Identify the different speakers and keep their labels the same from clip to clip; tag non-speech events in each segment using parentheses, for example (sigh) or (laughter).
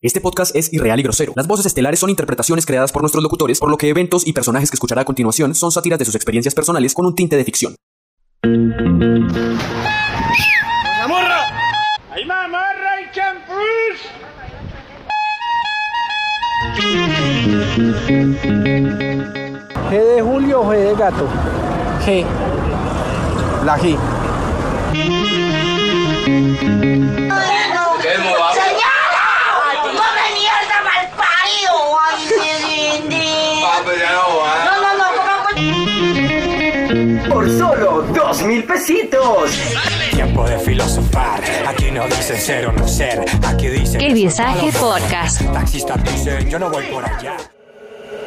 Speaker 1: Este podcast es irreal y grosero. Las voces estelares son interpretaciones creadas por nuestros locutores, por lo que eventos y personajes que escuchará a continuación son sátiras de sus experiencias personales con un tinte de ficción.
Speaker 2: ¡La morra! ¡Ay, mamorra y champús!
Speaker 3: ¿G de Julio o G de gato?
Speaker 4: G.
Speaker 3: La G.
Speaker 5: ¡Señora! ¡Come mierda mal parido! ¡Ay, sí, sí, sí. No, no, no, ¿cómo coño?
Speaker 6: Por solo dos mil pesitos.
Speaker 7: Tiempo de filosofar. Aquí no dicen ser o no ser. Aquí dicen.
Speaker 8: El Visaje Podcast.
Speaker 7: Taxistas dicen, yo no voy por allá.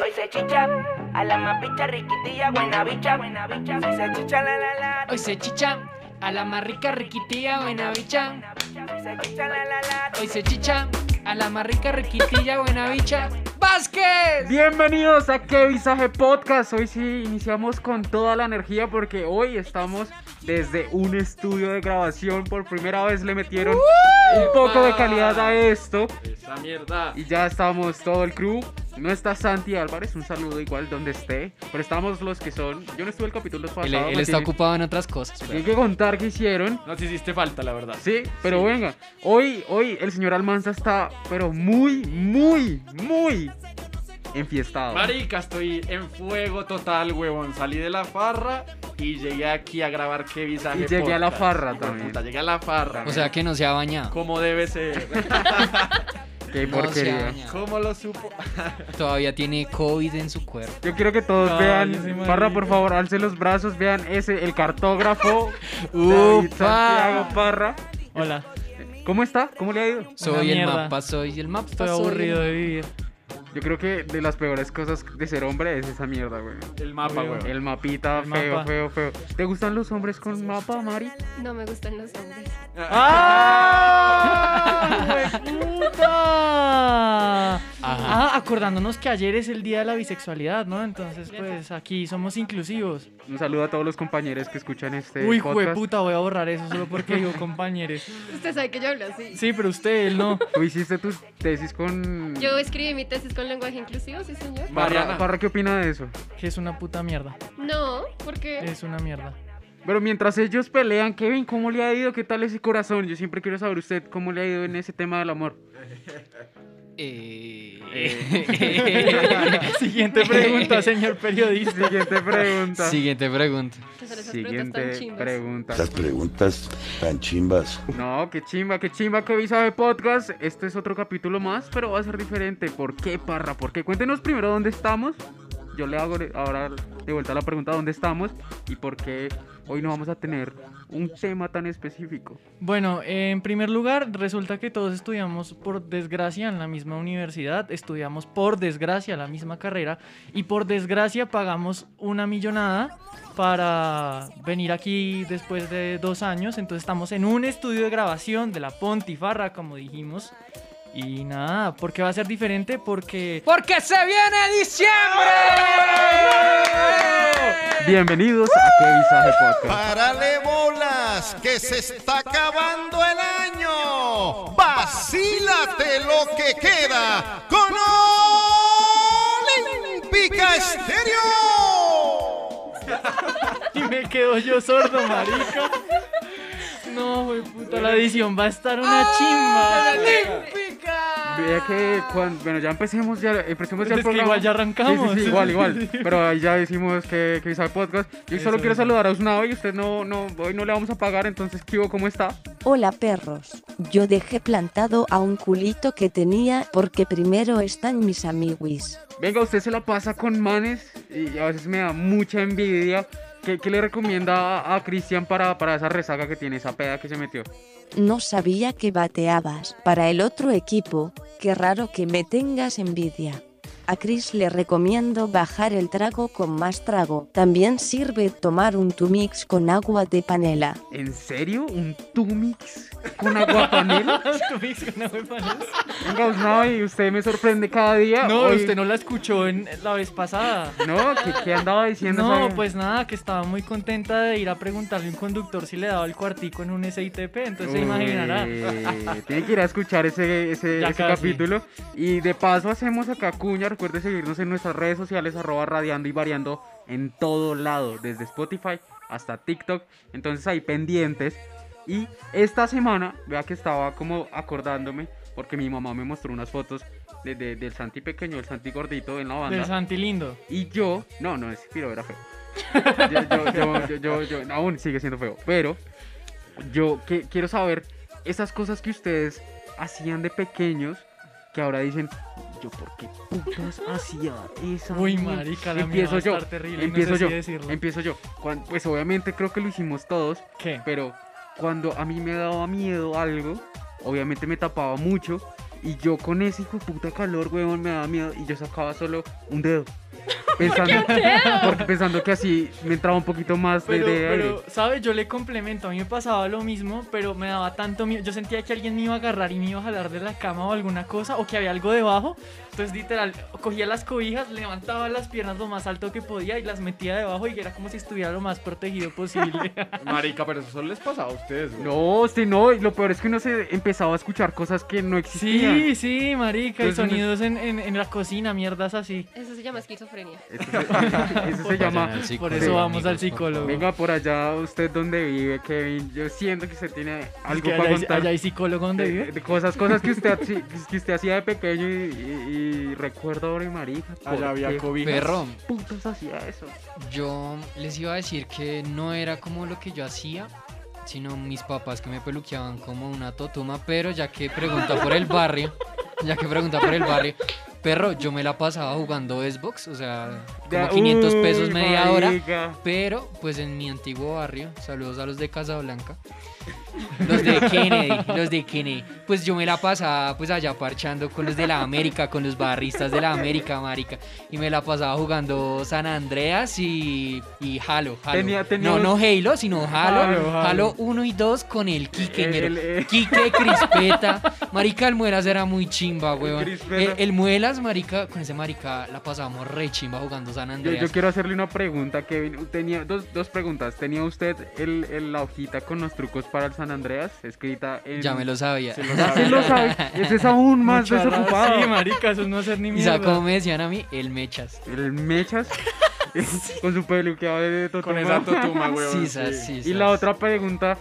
Speaker 9: Hoy se chicha a la más bicha, riquitilla, buena bicha, buena bicha. Hoy se chicha la la la.
Speaker 4: Hoy se chicha a la más rica riquitilla, buena bicha.
Speaker 9: Buena bicha, hoy se chicha la la la.
Speaker 4: Hoy se chicha a la más rica riquitilla, buena bicha. ¡Vázquez! Bienvenidos a Que Visaje Podcast. Hoy sí iniciamos con toda la energía porque hoy estamos desde un estudio de grabación. Por primera vez le metieron un poco de calidad a esto.
Speaker 10: Ah. Esa mierda.
Speaker 4: Y ya estamos todo el crew. No está Santi Álvarez, un saludo igual donde esté. Pero estamos los que son. Yo no estuve el capítulo pasado.
Speaker 11: Él, él
Speaker 4: me
Speaker 11: está
Speaker 4: tiene-
Speaker 11: ocupado en otras cosas. pero-
Speaker 4: Tiene que contar qué hicieron.
Speaker 10: Nos hiciste falta, la verdad.
Speaker 4: Sí, pero venga, hoy, hoy el señor Almanza está, pero muy, muy, muy enfiestado.
Speaker 10: Marica, estoy en fuego total, huevón. Salí de la farra y llegué aquí a grabar qué visaje.
Speaker 4: Y llegué a la farra
Speaker 10: Hijo de
Speaker 4: también.
Speaker 10: puta, llegué a la farra.
Speaker 11: O sea que no se ha bañado.
Speaker 10: como debe ser.
Speaker 4: Qué
Speaker 11: No se ha
Speaker 4: porquería.
Speaker 11: bañado.
Speaker 10: ¿Cómo lo supo?
Speaker 11: Todavía tiene COVID en su cuerpo.
Speaker 4: Yo quiero que todos
Speaker 10: Ay, ese
Speaker 4: vean,
Speaker 10: marica.
Speaker 4: Parra, por favor, alce los brazos, vean ese, el
Speaker 10: (laughs)
Speaker 4: cartógrafo. David Santiago
Speaker 11: ¡Upa!
Speaker 4: Parra.
Speaker 10: Hola.
Speaker 4: ¿Cómo está? ¿Cómo le ha ido?
Speaker 11: Soy el
Speaker 10: mierda.
Speaker 11: mapa, soy el mapa. soy el-
Speaker 10: de vivir.
Speaker 4: Yo creo que de las peores cosas de ser hombre es esa mierda, güey.
Speaker 10: El mapa, huevón.
Speaker 4: El mapita
Speaker 10: El
Speaker 4: feo,
Speaker 10: mapa.
Speaker 4: feo, feo. ¿Te gustan los hombres con mapa, Mari?
Speaker 12: No me gustan los hombres.
Speaker 10: ¡Ah!
Speaker 13: ¡Puta!
Speaker 11: Ajá.
Speaker 13: Ah, acordándonos que ayer es el día de la bisexualidad, ¿no? Entonces, pues aquí somos inclusivos.
Speaker 4: Un saludo a todos los compañeros que escuchan este
Speaker 13: Uy,
Speaker 4: podcast.
Speaker 13: jueputa, voy a borrar eso solo porque digo compañeros.
Speaker 12: Usted sabe que yo hablo así.
Speaker 13: Sí, pero usted, él no.
Speaker 4: Tú hiciste tus tesis con...
Speaker 12: Yo escribí mi tesis con lenguaje inclusivo, sí señor.
Speaker 4: Parra,
Speaker 10: Mariana.
Speaker 4: Parra, ¿qué opina de eso?
Speaker 13: Que es una puta mierda.
Speaker 12: No, porque
Speaker 13: Es una
Speaker 10: (laughs)
Speaker 13: mierda.
Speaker 4: Pero mientras ellos pelean, Kevin, ¿cómo le ha ido? ¿Qué tal ese corazón? Yo siempre quiero saber usted cómo le ha ido en ese tema del amor.
Speaker 11: Eh, (laughs)
Speaker 13: Siguiente pregunta, señor periodista.
Speaker 4: Siguiente pregunta.
Speaker 11: Siguiente pregunta.
Speaker 12: ¿qué son esas preguntas tan
Speaker 4: Siguiente
Speaker 12: chimbas?
Speaker 4: pregunta.
Speaker 6: preguntas tan chimbas.
Speaker 4: No, qué chimba, qué chimba que sabe podcast. Este es otro capítulo más, pero va a ser diferente. ¿Por qué, Parra? ¿Por qué? Cuéntenos primero dónde estamos. Yo le hago ahora de vuelta la pregunta dónde estamos y por qué hoy no vamos a tener un tema tan específico.
Speaker 13: Bueno, eh, en primer lugar, resulta que todos estudiamos por desgracia en la misma universidad, estudiamos por desgracia la misma carrera y por desgracia pagamos una millonada para venir aquí después de dos años, entonces estamos en un estudio de grabación de la Pontifarra, como dijimos. Y nada, porque va a ser diferente porque...
Speaker 11: Porque se viene diciembre.
Speaker 4: Bienvenidos a qué visaje podcast.
Speaker 7: ¡Parale bolas! ¡Que se está acabando el año! ¡Vacílate lo que queda! ¡Con Olímpica Estéreo!
Speaker 13: Y me quedo yo sordo, marica. No, güey, puta, la edición va a estar una chimba. (laughs)
Speaker 4: Vea que cuan- bueno, ya empecemos ya, empecemos ya el
Speaker 13: Es que
Speaker 4: programa.
Speaker 13: igual ya
Speaker 4: Sí,
Speaker 13: arrancamos.
Speaker 4: sí, sí, igual, igual. Pero ahí ya decimos que, que sabe podcast. Yo
Speaker 13: Eso,
Speaker 4: solo quiero
Speaker 13: eso.
Speaker 4: saludar a Usnao y usted no, no, hoy no le vamos a pagar, entonces, Kibo, ¿cómo está?
Speaker 14: Hola perros, yo dejé plantado a un culito que tenía porque primero están mis amiguis.
Speaker 4: Venga, usted se la pasa con manes y a veces me da mucha envidia. ¿Qué, qué le recomienda a, a Cristian para, para esa resaca que tiene, esa peda que se metió?
Speaker 14: No sabía que bateabas para el otro equipo, qué raro que me tengas envidia. A Chris le recomiendo bajar el trago con más trago. También sirve tomar un tumix con agua de panela.
Speaker 4: ¿En serio? ¿Un Tumix con agua panela?
Speaker 13: (laughs) Tumix con agua panela.
Speaker 4: Venga, Usnavi, usted me sorprende cada día.
Speaker 13: No, usted no la escuchó en la vez pasada.
Speaker 4: No, ¿qué, qué andaba diciendo?
Speaker 13: No,
Speaker 4: esa-
Speaker 13: pues nada, que estaba muy contenta de ir a preguntarle a un conductor si le daba el cuartico en un SITP, entonces se
Speaker 4: Uy,
Speaker 13: imaginará.
Speaker 4: Tiene Eh, que ir a escuchar ese, ese,
Speaker 13: Ya
Speaker 4: ese
Speaker 13: casi.
Speaker 4: capítulo. Y de paso hacemos acá cuña. Recuerde seguirnos en nuestras redes sociales, arroba radiando y variando en todo lado, desde Spotify hasta TikTok. Entonces ahí pendientes. Y esta semana, vea que estaba como acordándome, porque mi mamá me mostró unas fotos de- de- del Santi pequeño, del Santi gordito en la banda.
Speaker 13: Del Santi lindo.
Speaker 4: Y yo, no, no, ese piro era feo. (laughs) yo, yo, yo, yo, yo, yo- aún sigue siendo feo. Pero yo que- quiero saber esas cosas que ustedes hacían de pequeños que ahora dicen, yo por qué putas hacía esa.
Speaker 13: Uy,
Speaker 4: mierda?".
Speaker 13: marica, la mía
Speaker 4: empiezo
Speaker 13: va a
Speaker 4: yo,
Speaker 13: estar terrible, no
Speaker 4: empiezo
Speaker 13: sé si
Speaker 4: yo,
Speaker 13: decirlo.
Speaker 4: empiezo yo. Cuan- pues obviamente creo que lo hicimos todos. Pero cuando a mí me daba miedo algo, obviamente me tapaba mucho. Y yo con ese hijo de puta calor, weón, me daba miedo. Y yo sacaba solo
Speaker 13: (laughs)
Speaker 4: un dedo. Pensando,
Speaker 13: qué un dedo?
Speaker 4: porque pensando que así me entraba un poquito más de,
Speaker 13: Pero,
Speaker 4: de aire.
Speaker 13: pero, ¿sabes? Yo le complemento. A mí me pasaba lo mismo, pero me daba tanto miedo. Yo sentía que alguien me iba a agarrar y me iba a jalar de la cama o alguna cosa, o que había algo debajo. Entonces, literal, cogía las cobijas, levantaba las piernas lo más alto que podía y las metía debajo y era como si estuviera lo más protegido
Speaker 4: (laughs)
Speaker 13: posible.
Speaker 10: Marica, pero eso solo les pasaba a ustedes, güey.
Speaker 4: No, sí, no, y lo peor es que uno se empezaba a escuchar cosas que no existían.
Speaker 13: Sí, sí, marica, y
Speaker 4: Entonces,
Speaker 13: sonidos en, en- en la cocina, mierdas así.
Speaker 12: Eso se llama esquizofrenia.
Speaker 4: Eso se, (laughs) eso se llama.
Speaker 13: Por eso vamos al psicólogo.
Speaker 4: Venga por allá, usted donde vive, Kevin. Yo siento que usted tiene algo
Speaker 13: que
Speaker 4: para
Speaker 13: allá hay-
Speaker 4: contar. Eh,
Speaker 13: allá hay psicólogo donde
Speaker 4: De-
Speaker 13: vive.
Speaker 4: de cosas, cosas que usted, haci- que usted hacía de pequeño y, y- y recuerdo ahora y marica. ¿por
Speaker 10: Allá Ah, había
Speaker 4: qué
Speaker 10: cobijas.
Speaker 11: Perro.
Speaker 4: Putas hacía eso.
Speaker 11: Yo les iba a decir que no era como lo que yo hacía, sino mis papás que me peluqueaban como una totuma, pero ya que pregunta por el barrio, ya que pregunta por el barrio, perro, yo me la pasaba jugando Xbox, o sea, como
Speaker 4: Ya,
Speaker 11: 500
Speaker 4: uy,
Speaker 11: pesos media
Speaker 4: marica.
Speaker 11: hora, pero pues en mi antiguo barrio, saludos a los de Casablanca. Los de Kennedy, los de Kennedy. Pues yo me la pasaba pues allá parchando con los de la América, con los barristas de la América, marica. Y me la pasaba jugando San Andreas y, y Halo, Halo.
Speaker 4: Tenía- tenía
Speaker 11: no,
Speaker 4: un-
Speaker 11: no Halo, sino Halo.
Speaker 4: Halo, Halo.
Speaker 11: Halo 1 y 2 con el Quique. ñero.
Speaker 4: El, eh. (laughs)
Speaker 11: Quique Crispeta. Marica, el Muelas era muy chimba, weón. El,
Speaker 4: Crispeta.
Speaker 11: el Muelas, marica, con ese marica la pasábamos re chimba jugando San
Speaker 4: Yo,
Speaker 11: Andreas.
Speaker 4: yo quiero hacerle una pregunta, Kevin. Tenía dos, dos preguntas. ¿Tenía usted el, el- la hojita con los trucos para el San Andreas escrita en.
Speaker 11: Ya me
Speaker 4: (laughs)
Speaker 11: lo sabía.
Speaker 4: Se lo sabe. Se lo sabe. Ese es aún más
Speaker 13: Mucha rabia.
Speaker 4: desocupado.
Speaker 13: Sí, marica, eso es no hacer ni
Speaker 11: ¿Y sabes
Speaker 13: mierda.
Speaker 11: cómo me decían a mí? El Mechas. (laughs)
Speaker 4: ¿El Mechas? eh, Con su peluqueado de totuma.
Speaker 10: Con esa totuma, weón,
Speaker 11: Sí, sas, sí,
Speaker 4: Y la otra pregunta.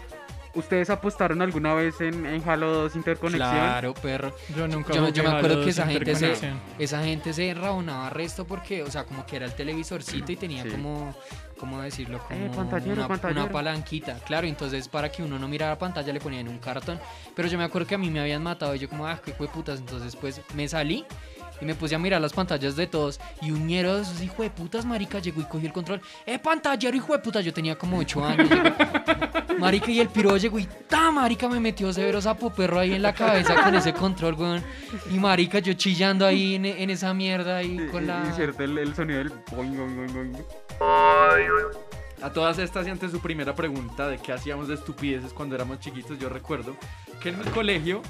Speaker 4: ¿Ustedes apostaron alguna vez en, en Halo 2 Interconexión?
Speaker 11: Claro, perro.
Speaker 13: Yo nunca
Speaker 11: Yo,
Speaker 13: jugué
Speaker 11: yo me
Speaker 13: Halo
Speaker 11: acuerdo
Speaker 13: 2
Speaker 11: que esa gente, se,
Speaker 13: Interconexión.
Speaker 11: esa gente se enrabonaba resto porque, o sea, como que era el televisorcito y tenía como, ¿cómo decirlo? Como
Speaker 4: Eh, pantallero,
Speaker 11: una,
Speaker 4: pantallero.
Speaker 11: una palanquita. Claro, entonces para que uno no mirara pantalla le ponían un cartón. Pero yo me acuerdo que a mí me habían matado y yo como, ah, qué putas. Entonces pues me salí. Y me puse a mirar las pantallas de todos. Y un ñero de esos hijo de putas, marica, llegó y cogió el control. ¡Eh, pantallero, hijo de puta! Yo tenía como 8 años. (laughs) llegó. marica, y el piro llegó y ¡ta, marica! Me metió severo sapo perro ahí en la cabeza con ese control, weón. Y marica, yo chillando ahí en, en esa mierda ahí con la...
Speaker 4: Inserté el, el sonido del boing, boing, boing, boing.
Speaker 10: A todas estas y ante su primera pregunta de qué hacíamos de estupideces cuando éramos chiquitos, yo recuerdo que en el colegio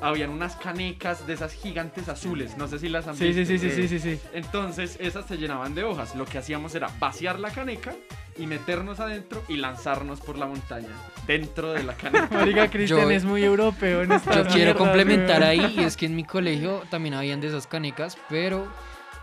Speaker 10: habían unas canecas de esas gigantes azules, no sé si las han
Speaker 13: Sí,
Speaker 10: visto. eh.
Speaker 13: sí, sí, sí, sí, sí,
Speaker 4: (laughs)
Speaker 13: sí.
Speaker 10: Entonces esas se llenaban de hojas. Lo que hacíamos era vaciar la caneca y meternos adentro y lanzarnos por la montaña dentro
Speaker 4: (laughs)
Speaker 10: de la caneca.
Speaker 13: Marica, Cristian
Speaker 11: Yo-
Speaker 13: es muy europeo en esta
Speaker 11: Yo quiero complementar ahí, y es que en mi colegio también habían de esas canecas, pero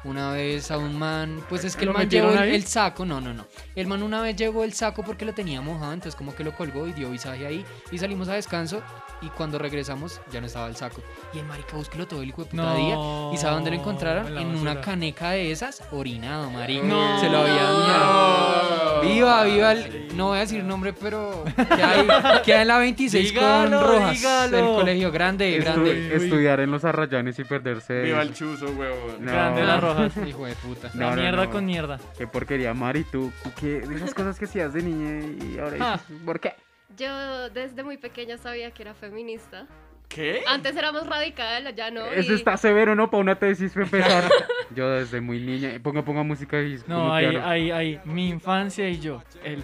Speaker 11: una vez a un man, pues es que el
Speaker 13: ¿Lo
Speaker 11: man
Speaker 13: metieron
Speaker 11: llevó el,
Speaker 13: ahí?
Speaker 11: el saco, no, no, no. El man una vez llegó el saco porque lo tenía mojado, entonces como que lo colgó y dio visaje ahí, y salimos a descanso, y cuando regresamos ya no estaba el saco. Y el marica búsquelo todo el hijo de puta
Speaker 13: No,
Speaker 11: día, y ¿sabe dónde lo encontraron?
Speaker 13: en
Speaker 11: En,
Speaker 13: la
Speaker 11: una
Speaker 13: basura.
Speaker 11: caneca de esas, orinado, marica.
Speaker 13: No.
Speaker 11: Se lo había
Speaker 13: No.
Speaker 4: Ah,
Speaker 11: Viva, viva el... No voy a decir nombre, pero queda, ahí, queda en la 26
Speaker 13: Dígalo,
Speaker 11: con Rojas,
Speaker 13: dígalo.
Speaker 11: el colegio grande,
Speaker 4: Estu-
Speaker 11: grande.
Speaker 4: Estudiar en los arrayanes y perderse.
Speaker 10: Viva el chuzo, huevón.
Speaker 4: No.
Speaker 13: Grande las rojas.
Speaker 11: (laughs) Hijo de puta.
Speaker 13: La mierda con mierda.
Speaker 4: Qué porquería, Mari, tú. ¿tú qué? De esas cosas que hacías de
Speaker 12: Ah.
Speaker 4: niña y ahora dices, ¿por qué?
Speaker 12: Yo desde muy pequeña sabía que era feminista.
Speaker 10: ¿Qué?
Speaker 4: Ah,
Speaker 12: Antes éramos radical, ya Ah, no.
Speaker 4: Eso
Speaker 12: y-
Speaker 4: está severo, ¿no? Para una tesis para empezar. Yo desde muy niña. Ponga, ponga música y. es
Speaker 13: No,
Speaker 4: como
Speaker 13: ahí,
Speaker 4: claro.
Speaker 13: ahí, ahí. Mi infancia y yo. El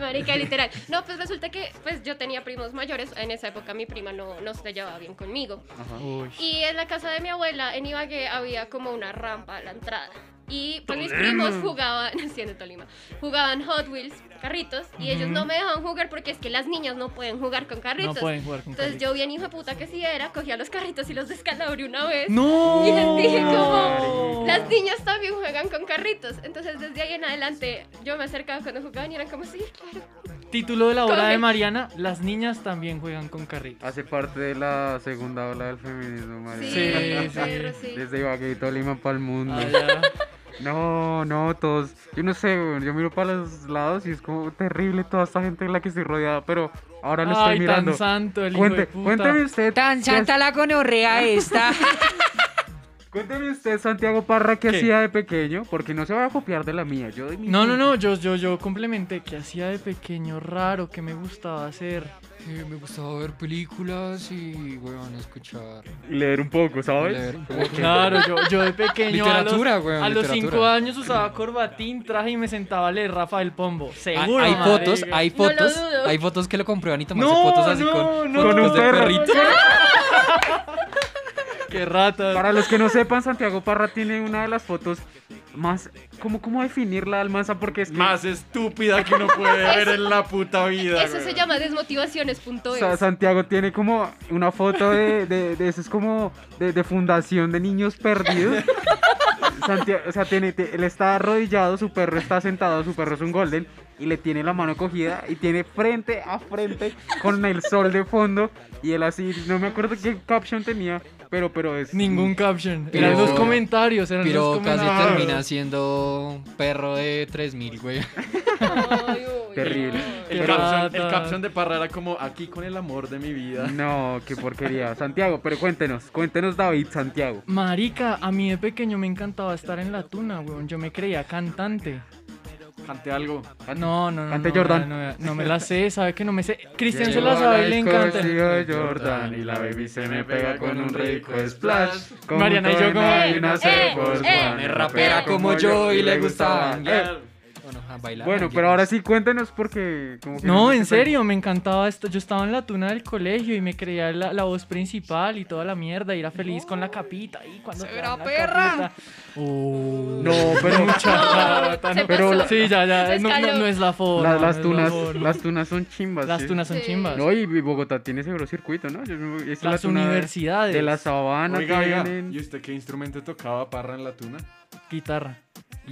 Speaker 12: (laughs) Marica, literal. No, pues resulta que pues yo tenía primos mayores. En esa época mi prima no, no se llevaba bien conmigo.
Speaker 13: Uy.
Speaker 12: Y en la casa de mi abuela, en Ibagué, había como una rampa a la entrada. Y pues mis
Speaker 8: Tolima.
Speaker 12: primos jugaban, (laughs) sí, en Tolima, jugaban Hot Wheels, carritos, y ellos
Speaker 13: Ujú.
Speaker 12: no me dejaban jugar porque es que las niñas no pueden jugar con carritos.
Speaker 13: pueden jugar con
Speaker 12: Entonces
Speaker 13: carritos.
Speaker 12: yo bien hijo de puta que sí era, cogía los carritos y los descalabré una vez.
Speaker 13: ¡No!
Speaker 12: Y les dije como, las niñas también juegan con carritos. Entonces desde ahí en adelante yo me acercaba cuando jugaban y eran como, sí, claro.
Speaker 13: Título de la obra
Speaker 12: Coge.
Speaker 13: de Mariana: Las niñas también juegan con carritos.
Speaker 4: Hace parte de la segunda ola del feminismo, María.
Speaker 13: Sí, perro, sí.
Speaker 4: Desde Ibagué y Tolima para el mundo.
Speaker 13: Allá.
Speaker 4: No, no, todos. Yo no sé, weón, yo miro para los lados y es como terrible toda esta gente en la que estoy rodeada, pero ahora lo estoy
Speaker 13: Ay, tan
Speaker 4: mirando.
Speaker 13: santo el hijo
Speaker 4: Cuente-
Speaker 13: de puta.
Speaker 4: Cuénteme usted.
Speaker 13: Tan
Speaker 4: ¿qué
Speaker 13: santa
Speaker 4: hace-
Speaker 13: la
Speaker 12: (laughs)
Speaker 13: gonorrea esta.
Speaker 4: Cuénteme usted, Santiago Parra, qué, hacía de pequeño, porque no se va a copiar de la mía. Yo de mi-
Speaker 13: No, no, no, yo, yo, yo complementé que hacía de pequeño raro, que me gustaba hacer.
Speaker 11: me gustaba ver películas y, weón, escuchar.
Speaker 4: Y leer un poco, ¿sabes?
Speaker 11: Leer un poco.
Speaker 13: Claro, yo, yo de pequeño. a
Speaker 11: Literatura,
Speaker 13: los,
Speaker 11: weón,
Speaker 13: A los
Speaker 11: literatura.
Speaker 13: cinco años usaba corbatín, traje y me sentaba a leer Rafael Pombo. Seguro.
Speaker 11: Ah, hay
Speaker 13: madre.
Speaker 11: fotos, hay
Speaker 13: No lo
Speaker 11: fotos,
Speaker 13: dudo.
Speaker 11: hay fotos que lo comprueban y tomarse
Speaker 13: No,
Speaker 11: fotos así
Speaker 13: no,
Speaker 11: con,
Speaker 13: no.
Speaker 11: fotos
Speaker 13: Con un
Speaker 11: de
Speaker 13: perro.
Speaker 11: perrito.
Speaker 13: (laughs) Qué rata.
Speaker 4: Para los que no sepan, Santiago Parra tiene una de las fotos más. ¿Cómo, cómo definirla, Almanza? Porque es que-
Speaker 10: Más estúpida que uno puede ver en la puta vida.
Speaker 12: Eso se
Speaker 10: weón.
Speaker 12: llama desmotivaciones.es.
Speaker 4: Sa- Santiago tiene como una foto de, de, de eso, es como de, de fundación de
Speaker 12: (laughs)
Speaker 4: niños perdidos. Santiago, o sea, tiene, te- él está arrodillado, su perro está sentado, su perro es un golden y le tiene la mano cogida y tiene frente a frente con el sol de fondo y él así, no me acuerdo qué caption tenía, pero pero es
Speaker 13: Ningún caption. Eran los comentarios, eran
Speaker 11: pero
Speaker 13: los
Speaker 11: casi
Speaker 13: comentarios.
Speaker 11: termina siendo un perro de 3000, güey.
Speaker 4: Terrible.
Speaker 10: El
Speaker 4: Qué
Speaker 10: caption, el
Speaker 4: rata.
Speaker 10: caption de Parra era como aquí con el amor de mi vida.
Speaker 4: No, qué porquería. Santiago, pero cuéntenos, cuéntenos David Santiago.
Speaker 13: Marica, a mí de pequeño me encantaba estar en la tuna, weón. Yo me creía cantante.
Speaker 10: Cante algo.
Speaker 13: Ah, No, no, no.
Speaker 4: Cante
Speaker 13: no,
Speaker 4: Jordan.
Speaker 13: No, no, no me la sé, sabe que no me sé. Cristian se
Speaker 4: Llegó
Speaker 13: la sabe y le
Speaker 4: disco,
Speaker 13: encanta.
Speaker 11: (laughs)
Speaker 4: sí, oh, Jordan y la baby se me pega con un rico splash. Con
Speaker 13: Mariana y yo
Speaker 4: un
Speaker 13: como-
Speaker 4: tornado y una
Speaker 13: ¡Eh!
Speaker 4: surfboard,
Speaker 13: ¡Eh!
Speaker 4: man,
Speaker 13: Es rapera como yo y le gusta
Speaker 4: banguear.
Speaker 11: Bueno, a bailar.
Speaker 4: Eh. Bueno, pero ahora sí cuéntenos porque como que
Speaker 13: No,
Speaker 4: sé
Speaker 13: en
Speaker 4: qué tal. (laughs)
Speaker 13: serio, me encantaba esto. Yo estaba en la tuna del colegio y me creía la, la voz principal y toda la mierda y era feliz con la capita. Y cuando te dan la capita-
Speaker 4: No,
Speaker 13: (laughs)
Speaker 4: pero
Speaker 12: (laughs)
Speaker 13: Mucha rata, no. Pero la- sí, ya, ya, no, no- no es la forma.
Speaker 4: La-
Speaker 13: no
Speaker 4: las
Speaker 13: es la
Speaker 4: tunas,
Speaker 13: forma.
Speaker 4: las tunas son chimbas.
Speaker 13: Las
Speaker 4: sí.
Speaker 13: tunas son Sí. chimbas.
Speaker 4: No, y y Bogotá tiene seguro circuito, ¿no? Yo- es la
Speaker 13: Las
Speaker 4: tuna de-
Speaker 13: universidades.
Speaker 4: de la sabana
Speaker 10: Oiga, oiga,
Speaker 4: Ah, tienen-
Speaker 10: ¿Y usted qué instrumento tocaba Parra en la tuna?
Speaker 13: Guitarra.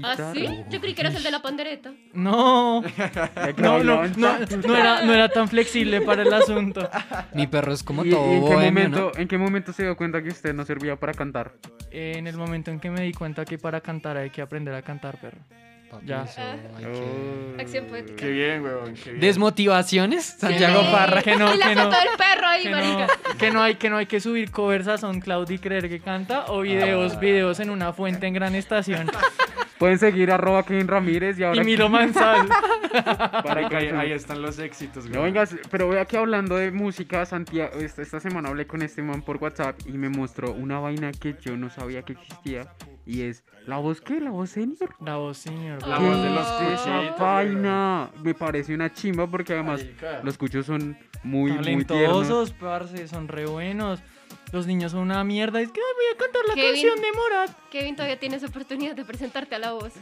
Speaker 12: ¿Ah, sí? Yo creí que eras el de la pandereta.
Speaker 4: (laughs)
Speaker 13: No.
Speaker 10: que
Speaker 13: No, no,
Speaker 10: hablaban
Speaker 13: no,
Speaker 10: tanto.
Speaker 13: no era, no era tan flexible para el asunto.
Speaker 11: Mi perro es como
Speaker 4: ¿Y- y
Speaker 11: todo
Speaker 4: en, qué
Speaker 11: bohemio,
Speaker 4: momento, en qué momento se dio cuenta que usted no servía para cantar?
Speaker 13: En el momento en que me di cuenta que para cantar hay que aprender a cantar, perro. ya.
Speaker 4: Ah. Oh.
Speaker 12: Acción poética.
Speaker 10: Oh, Qué bien, weón. Qué bien.
Speaker 11: Desmotivaciones, Santiago Parra.
Speaker 12: (laughs)
Speaker 13: Que no,
Speaker 12: y la
Speaker 13: que no.
Speaker 12: foto del perro ahí,
Speaker 13: que
Speaker 12: marica.
Speaker 13: no, que no hay que no hay que subir covers a SoundCloud y creer que canta o
Speaker 11: Ah.
Speaker 13: videos videos en una fuente en Gran Estación
Speaker 4: Pueden seguir arroba Kevin Ramírez y ahora...
Speaker 13: y Milo Manzal.
Speaker 10: Marica, ahí, ahí están los éxitos,
Speaker 4: No,
Speaker 10: weón.
Speaker 4: venga, pero vea que hablando de música, Santiago, esta, esta semana hablé con este man por WhatsApp y me mostró una vaina que yo no sabía que existía y es la voz que la voz senior.
Speaker 13: La voz senior.
Speaker 10: La voz de los cuchitos,
Speaker 4: vaina me parece una chimba porque además
Speaker 13: Marica.
Speaker 4: los cuchos son muy muy tiernos.
Speaker 13: Talentosos, parce, son re buenos. Los niños son una mierda. Es que "Ay, voy a cantar la
Speaker 12: Kevin-
Speaker 13: canción de Morat.
Speaker 12: Kevin, todavía tienes oportunidad de presentarte a la voz.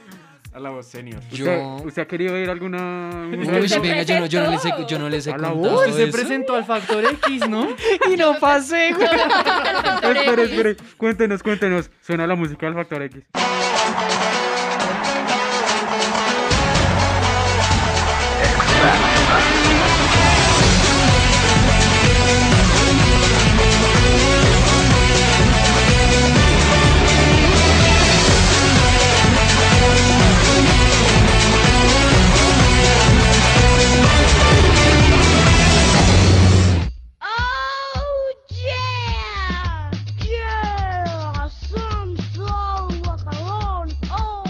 Speaker 10: A la voz senior.
Speaker 4: ¿Usted, usted ha querido ir
Speaker 12: (laughs)
Speaker 4: a alguna?
Speaker 11: Uy, venga, yo no, yo no les he, yo no les he
Speaker 4: A la
Speaker 11: contado
Speaker 4: voz.
Speaker 13: Se
Speaker 11: eso.
Speaker 13: presentó al Factor X, ¿no?
Speaker 11: (laughs) y no pasé, güey.
Speaker 4: espere, espere, cuéntenos, cuéntenos. Suena la música del Factor X.
Speaker 12: Oh,
Speaker 5: Yeah, yeah, some soul alone. Oh.
Speaker 12: a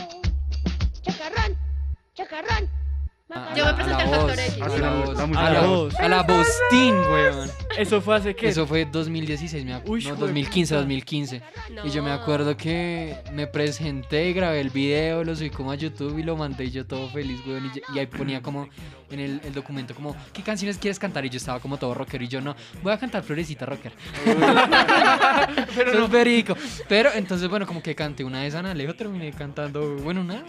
Speaker 12: presentar
Speaker 11: voz,
Speaker 12: Factor X.
Speaker 11: a
Speaker 12: Sí.
Speaker 11: la voz,
Speaker 10: la
Speaker 11: a
Speaker 10: música.
Speaker 11: la
Speaker 10: La
Speaker 11: voz,
Speaker 10: voz.
Speaker 11: a la Bostín, weón.
Speaker 13: Eso fue hace qué?
Speaker 11: Eso fue 2016, me acuerdo.
Speaker 13: Uy,
Speaker 11: No,
Speaker 13: hijo de
Speaker 11: 2015,
Speaker 13: puta.
Speaker 11: 2015. Y yo me acuerdo que me presenté y grabé el video, lo subí como a YouTube y lo mandé y yo todo feliz, weón. Y, yo- y ahí ponía como en el, el documento, como, ¿qué canciones quieres cantar? Y yo estaba como todo rockero y yo no, voy a cantar Florecita Rocker. Pero no perico. Pero entonces, bueno, como que canté una de San Alejo, terminé cantando, bueno, una.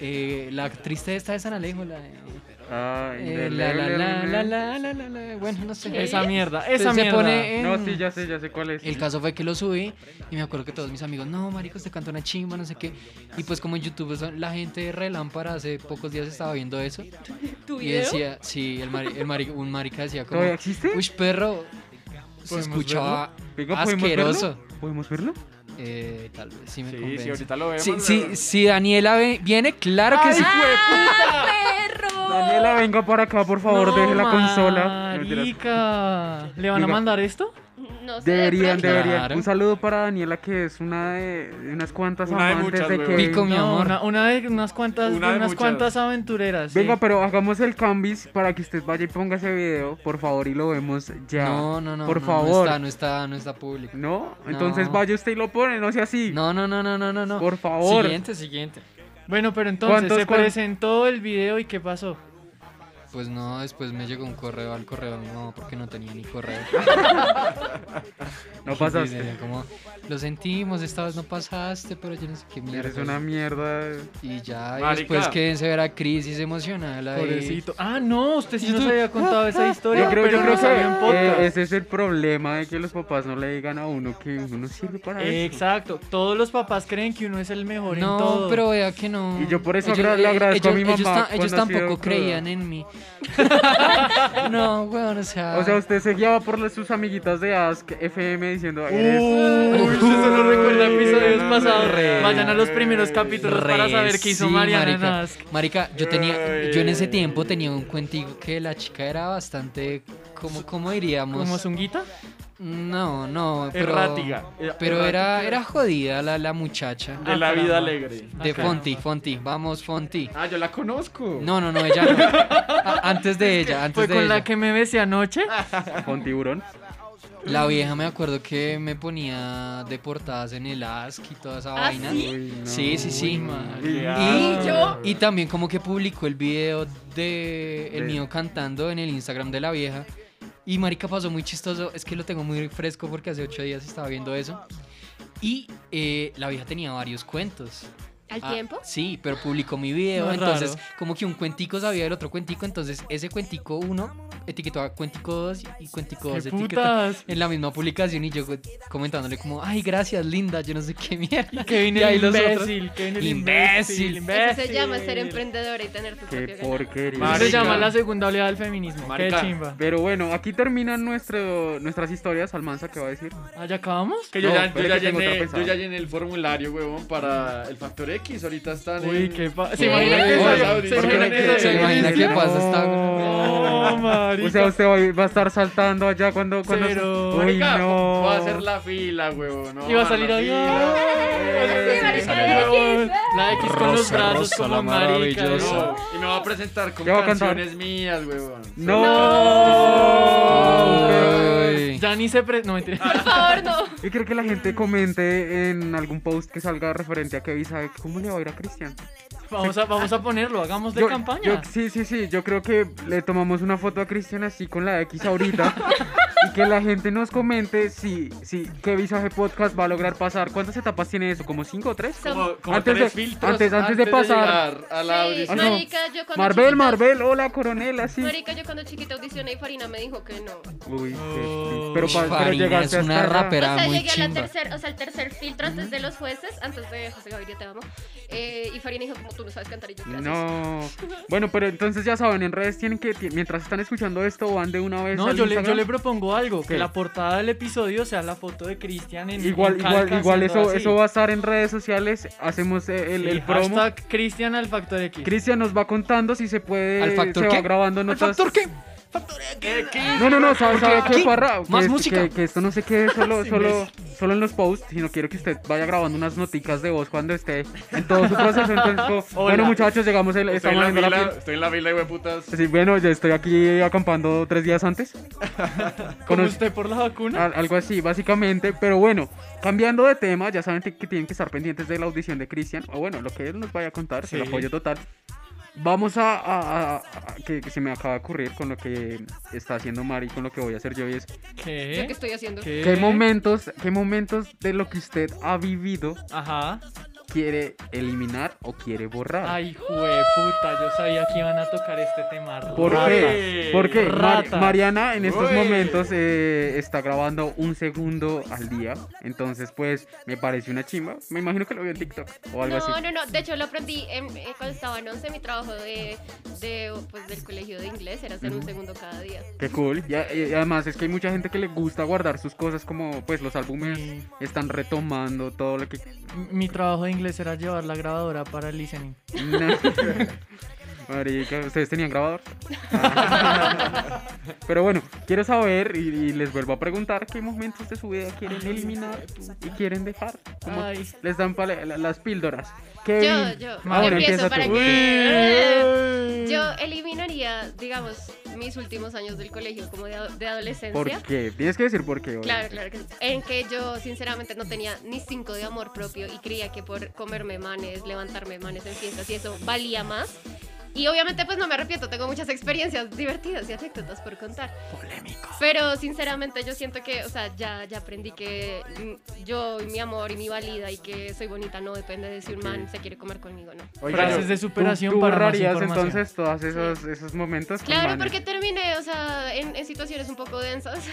Speaker 11: eh, la triste esta de San Alejo, la de- eh, la, la, la, la, la, la, la, la, Bueno, no sé.
Speaker 13: ¿Qué? Esa mierda,
Speaker 11: Entonces
Speaker 13: esa
Speaker 11: se
Speaker 13: mierda.
Speaker 11: pone en-
Speaker 13: No, sí, ya sé, ya sé cuál es.
Speaker 11: El caso fue que lo subí y me acuerdo que todos mis amigos, no, marico, te canta una chimba, no sé qué. Y pues como en YouTube son- la gente de Relámpara hace pocos días estaba viendo eso.
Speaker 12: ¿Tu
Speaker 11: y
Speaker 12: video?
Speaker 11: decía, sí, el mari- el mari- un marica decía como,
Speaker 13: ¿Todavía existe?
Speaker 11: uy, perro, se
Speaker 13: ¿Podemos
Speaker 11: escuchaba
Speaker 13: verlo? Venga, ¿podemos
Speaker 11: asqueroso.
Speaker 13: verlo? ¿Podemos verlo?
Speaker 11: Eh, tal vez, sí me
Speaker 10: Sí,
Speaker 11: convence.
Speaker 10: sí, ahorita lo vemos,
Speaker 11: Sí,
Speaker 10: lo
Speaker 11: sí,
Speaker 10: vemos.
Speaker 11: si Daniela ve- viene, claro que
Speaker 13: ¡Ay,
Speaker 12: ah.
Speaker 11: sí.
Speaker 13: Daniela, venga para acá, por favor,
Speaker 11: No,
Speaker 13: deje la consola.
Speaker 11: marica.
Speaker 13: ¿Le van a
Speaker 11: Digo-
Speaker 13: mandar esto?
Speaker 12: No sé,
Speaker 13: Deberían,
Speaker 12: de
Speaker 13: deberían.
Speaker 11: Claro.
Speaker 13: Un saludo para Daniela, que es una de, de unas cuantas
Speaker 10: Una de
Speaker 13: amantes
Speaker 10: muchas,
Speaker 13: de,
Speaker 10: weón.
Speaker 13: Kevin.
Speaker 11: Pico, mi amor.
Speaker 13: Una, una de unas cuantas,
Speaker 11: Una
Speaker 13: de
Speaker 11: de
Speaker 13: unas
Speaker 11: muchas.
Speaker 13: cuantas aventureras. sí.
Speaker 11: Venga,
Speaker 13: pero hagamos el cambis para que usted vaya y ponga ese video, por favor, y lo vemos ya.
Speaker 11: No, no, no.
Speaker 13: Por
Speaker 11: no,
Speaker 13: favor.
Speaker 11: No está, no está, no está público.
Speaker 13: ¿No? Entonces vaya usted y lo pone, no sea así.
Speaker 11: No, no, no, no, no, no.
Speaker 13: Por favor.
Speaker 11: Siguiente, siguiente.
Speaker 13: Bueno, pero entonces
Speaker 11: ¿Cuántos
Speaker 13: se
Speaker 11: cuan-
Speaker 13: presentó el video y qué pasó.
Speaker 11: Pues no, después me llegó un correo al correo. No, porque no tenía ni correo.
Speaker 13: No
Speaker 11: Y
Speaker 13: pasaste.
Speaker 11: decía como, lo sentimos, esta vez no pasaste, pero yo no sé qué mierda.
Speaker 13: Eres una mierda.
Speaker 11: Y ya, y
Speaker 13: Marica.
Speaker 11: después quédense ver a crisis emocional ahí.
Speaker 13: Pobrecito. Ah, no, usted sí
Speaker 11: Yo
Speaker 13: nos
Speaker 11: estoy-
Speaker 13: había contado esa historia.
Speaker 11: Yo creo-
Speaker 13: pero
Speaker 11: yo creo
Speaker 13: no
Speaker 11: que-
Speaker 13: salió en podcast.
Speaker 11: eh,
Speaker 4: Ese es el problema de que los papás no le digan a uno que uno no sirve para eso.
Speaker 13: Exacto, todos los papás creen que uno es el mejor en
Speaker 11: No,
Speaker 13: todo.
Speaker 11: pero vea que no.
Speaker 13: Y yo por eso
Speaker 11: Ellos-
Speaker 13: agra- le
Speaker 11: eh,
Speaker 13: agradezco a mi
Speaker 11: ellos-
Speaker 13: mamá
Speaker 11: ellos ta- Ellos,
Speaker 13: cuando ha sido
Speaker 11: tampoco
Speaker 13: cruda.
Speaker 11: creían en
Speaker 13: (laughs)
Speaker 11: mí. no, weón, o sea.
Speaker 4: O sea, usted se guiaba por las- sus amiguitas de Ask FM diciendo.
Speaker 13: Uy, se lo recuerda a episodios pasados.
Speaker 11: Re.
Speaker 13: Vayan a los primeros capítulos
Speaker 11: Re,
Speaker 13: para saber qué hizo
Speaker 11: sí,
Speaker 13: Mariana
Speaker 11: marica.
Speaker 13: Nas.
Speaker 11: Marica, yo tenía, yo en ese tiempo tenía un cuentico que la chica era bastante, ¿cómo, cómo diríamos?
Speaker 13: ¿Como zunguita?
Speaker 11: No, no, pero,
Speaker 10: Errática. Era-
Speaker 11: pero era,
Speaker 10: errática.
Speaker 11: era jodida la, la muchacha.
Speaker 10: De la vida alegre.
Speaker 11: De
Speaker 10: Ah,
Speaker 11: Fonti, Fonti, vamos Fonti.
Speaker 10: Ah, yo la conozco.
Speaker 11: No, no, no, ella no. A- Antes de ella, antes
Speaker 13: ¿Fue
Speaker 11: de
Speaker 13: con
Speaker 11: ella. Ah,
Speaker 13: la que me besé anoche?
Speaker 4: Con tiburón.
Speaker 11: La vieja me acuerdo que me ponía de portadas en el ASC y toda esa
Speaker 12: ¿Ah,
Speaker 11: vaina.
Speaker 12: sí?
Speaker 11: Sí, sí, sí.
Speaker 12: asco.
Speaker 11: Y,
Speaker 12: Yo-
Speaker 11: y también como que publicó el video de el
Speaker 12: De-
Speaker 11: mío cantando en el Instagram de la vieja. Y marica pasó muy chistoso. Es que lo tengo muy fresco porque hace ocho días estaba viendo eso. Y eh, la vieja tenía varios cuentos.
Speaker 12: ¿Al
Speaker 11: Ah,
Speaker 12: tiempo?
Speaker 11: Sí, pero publicó mi video.
Speaker 13: No,
Speaker 11: entonces,
Speaker 13: raro.
Speaker 11: como que un cuentico sabía del otro cuentico. Entonces, ese cuentico uno etiquetó a cuentico 2 y cuentico
Speaker 13: ¡Qué
Speaker 11: 2 etiquetó
Speaker 13: putas!
Speaker 11: en la misma publicación. Y yo co- comentándole, como, ay, gracias, linda. Yo no sé qué mierda.
Speaker 13: Kevin
Speaker 11: Y
Speaker 13: el
Speaker 11: ahí los otros,
Speaker 13: imbécil, Kevin el imbécil,
Speaker 11: imbécil.
Speaker 12: Eso se
Speaker 13: Imbécil.
Speaker 12: llama ser emprendedora y tener tu propio ganado.
Speaker 13: Eso Se llama la segunda oleada del feminismo.
Speaker 4: Marica.
Speaker 13: Qué chimba.
Speaker 4: Pero bueno, aquí terminan nuestro, nuestras historias. Almanza, ¿qué va a decir?
Speaker 13: Ah, ¿ya acabamos?
Speaker 10: Que yo,
Speaker 4: No,
Speaker 10: ya, yo,
Speaker 4: pero
Speaker 10: ya
Speaker 4: que tengo otra
Speaker 10: llené,
Speaker 4: pensada.
Speaker 10: yo ya llené el formulario, huevón, para el Factor X. Ahorita están.
Speaker 13: Uy,
Speaker 10: en-
Speaker 13: qué pa-
Speaker 10: Uy,
Speaker 13: ¿Se imagina
Speaker 10: uy,
Speaker 13: que
Speaker 10: uy, uy,
Speaker 13: salió?
Speaker 10: uy, uy, uy, uy, uy,
Speaker 13: No, marica.
Speaker 4: O sea, usted va- va a estar saltando allá cuando. cuando
Speaker 13: Pero-
Speaker 4: Uy,
Speaker 10: Marica,
Speaker 4: no.
Speaker 10: Voy a hacer la fila, huevón. no,
Speaker 13: Y va a
Speaker 10: la
Speaker 13: salir ahí. ah.
Speaker 10: fila.
Speaker 13: La X con los
Speaker 10: Rosa,
Speaker 13: brazos
Speaker 10: rosa,
Speaker 13: como
Speaker 10: la
Speaker 13: marica.
Speaker 10: maravillosa.
Speaker 13: ¿no?
Speaker 10: Y me va a presentar con
Speaker 13: Ya va a cantar.
Speaker 10: canciones mías, huevón.
Speaker 13: No. Ya ni se pre... No, mentira. (laughs)
Speaker 12: Por favor, no.
Speaker 4: Y creo que la gente comente en algún post que salga referente a Kevin sabe cómo le va a ir a Cristian.
Speaker 13: Vamos a, vamos a ponerlo, hagamos de
Speaker 4: Yo-
Speaker 13: campaña.
Speaker 4: yo- sí, sí, sí. Yo creo que le tomamos una foto a Cristian así con la X ahorita. y que la gente nos comente si, si qué visaje podcast va a lograr pasar. ¿Cuántas etapas tiene eso? ¿Como cinco o tres?
Speaker 10: Como- como
Speaker 4: de,
Speaker 10: tres filtros
Speaker 4: antes, antes de
Speaker 10: antes de
Speaker 4: pasar.
Speaker 10: llegar a la Sí, audición.
Speaker 4: Ah, no.
Speaker 12: marica, yo cuando
Speaker 4: Marvel,
Speaker 12: chiquita-
Speaker 4: Marvel, hola, coronel, así.
Speaker 12: Marica, yo cuando chiquita audicioné y Farina me dijo que no.
Speaker 4: Uy, qué- pero, pa-
Speaker 11: Farina
Speaker 4: pero llegaste
Speaker 11: es una
Speaker 4: hasta allá.
Speaker 11: rapera. Era
Speaker 12: o sea,
Speaker 11: muy
Speaker 12: llegué a la
Speaker 11: chimba.
Speaker 12: tercer, o sea, el tercer filtro antes de los jueces, antes de José Gaviria, te amo. Eh, y Farina dijo, como tú no sabes cantar, y yo, gracias.
Speaker 4: No. Bueno, pero entonces ya saben, en redes tienen que, ti- mientras están escuchando esto, van de una vez.
Speaker 13: No,
Speaker 4: al
Speaker 13: yo le, yo
Speaker 4: Instagram.
Speaker 13: le propongo algo, que
Speaker 4: ¿Qué?
Speaker 13: la portada del episodio sea la foto de Cristian en
Speaker 4: Igual,
Speaker 13: en
Speaker 4: igual,
Speaker 13: calca
Speaker 4: igual
Speaker 13: haciendo
Speaker 4: eso,
Speaker 13: así.
Speaker 4: eso va a estar en redes sociales. Hacemos eh, el,
Speaker 13: Sí,
Speaker 4: el promo.
Speaker 13: Hashtag Cristian al Factor X.
Speaker 4: Cristian nos va contando si se puede.
Speaker 13: ¿Al Factor
Speaker 4: se va
Speaker 13: qué?
Speaker 4: grabando
Speaker 13: ¿Al
Speaker 4: notas.
Speaker 13: Factor qué? Eh,
Speaker 4: No, no, no, ¿sabes sabe qué, Parra? Que
Speaker 10: Más
Speaker 4: es-
Speaker 10: música.
Speaker 4: Que, que esto no se quede solo,
Speaker 10: Sí,
Speaker 4: solo, solo en los posts, sino quiero que usted vaya grabando unas noticas de voz cuando esté en todo su proceso. Entonces, como,
Speaker 10: Hola.
Speaker 4: bueno, muchachos, llegamos, el,
Speaker 10: estoy, en
Speaker 4: estamos
Speaker 10: la
Speaker 4: en la
Speaker 10: fila,
Speaker 4: fila.
Speaker 10: estoy en la fila, hueputas.
Speaker 4: Sí, bueno, yo estoy aquí acampando tres días antes.
Speaker 13: ¿Como
Speaker 4: Conoc-
Speaker 13: usted por la vacuna?
Speaker 4: Al- Algo así, básicamente. Pero bueno, cambiando de tema, ya saben que tienen que estar pendientes de la audición de Cristian. O bueno, lo que él nos vaya a contar,
Speaker 10: Sí.
Speaker 4: el apoyo total. Vamos a, a- a- a- que, que se me acaba de ocurrir con lo que está haciendo Mari, con lo que voy a hacer yo y es
Speaker 13: ¿Qué?
Speaker 12: ¿Yo qué estoy haciendo?
Speaker 13: ¿Qué?
Speaker 4: qué momentos, qué momentos de lo que usted ha vivido,
Speaker 13: Ajá.
Speaker 4: quiere eliminar o quiere borrar.
Speaker 13: Ay, jueputa, yo sabía que iban a tocar este tema.
Speaker 4: ¿Por
Speaker 13: rata.
Speaker 4: qué? ¿Por qué? Mar-
Speaker 13: Rata.
Speaker 4: Mariana en estos
Speaker 13: Uy.
Speaker 4: momentos eh, está grabando un segundo al día. Entonces, pues, me pareció una chimba. Me imagino que lo vio en TikTok o algo
Speaker 12: No,
Speaker 4: así.
Speaker 12: no, no. De hecho, lo aprendí en- eh, cuando estaba en 11. Mi trabajo de, de, pues, del colegio de inglés era hacer un
Speaker 4: Ujú.
Speaker 12: segundo cada día.
Speaker 4: Qué cool. Y, a- y además es que hay mucha gente que le gusta guardar sus cosas como pues los álbumes están retomando todo lo que... (laughs)
Speaker 13: Mi trabajo de inglés era llevar la grabadora para el listening.
Speaker 4: Marica, ¿ustedes tenían
Speaker 12: (laughs)
Speaker 4: grabador? Pero bueno, quiero saber y, y les vuelvo a preguntar qué momentos de su vida quieren eliminar y quieren dejar. Como
Speaker 13: Ay.
Speaker 4: Les dan pala- la- las píldoras.
Speaker 12: Yo,
Speaker 4: Kevin,
Speaker 12: yo.
Speaker 4: ah, bueno,
Speaker 12: empiezo
Speaker 4: empieza
Speaker 12: para
Speaker 4: tú.
Speaker 12: que... Yo eliminaría, digamos, mis últimos años del colegio, como de, ado- de adolescencia.
Speaker 4: ¿Por qué? Tienes que decir por qué. obvio.
Speaker 12: Claro, claro que sí. En que yo sinceramente no tenía ni cinco de amor propio y creía que por comerme manes, levantarme manes en fiestas y eso valía más. Y obviamente pues no me arrepiento, tengo muchas experiencias divertidas y anécdotas por contar. Polémico. Pero sinceramente yo siento que, o sea, ya, ya aprendí que mm, yo y mi amor y mi valida y que soy bonita no depende de si un man se quiere comer conmigo o no.
Speaker 4: Oye,
Speaker 13: Frases
Speaker 4: pero
Speaker 13: de
Speaker 4: ¿tú-
Speaker 13: superación
Speaker 4: ¿Tú,
Speaker 13: para más
Speaker 4: borrarías
Speaker 13: información.
Speaker 4: entonces todos esos, esos momentos? con
Speaker 12: Claro,
Speaker 4: manes?
Speaker 12: porque terminé, o sea, en, en situaciones un poco densas. (laughs)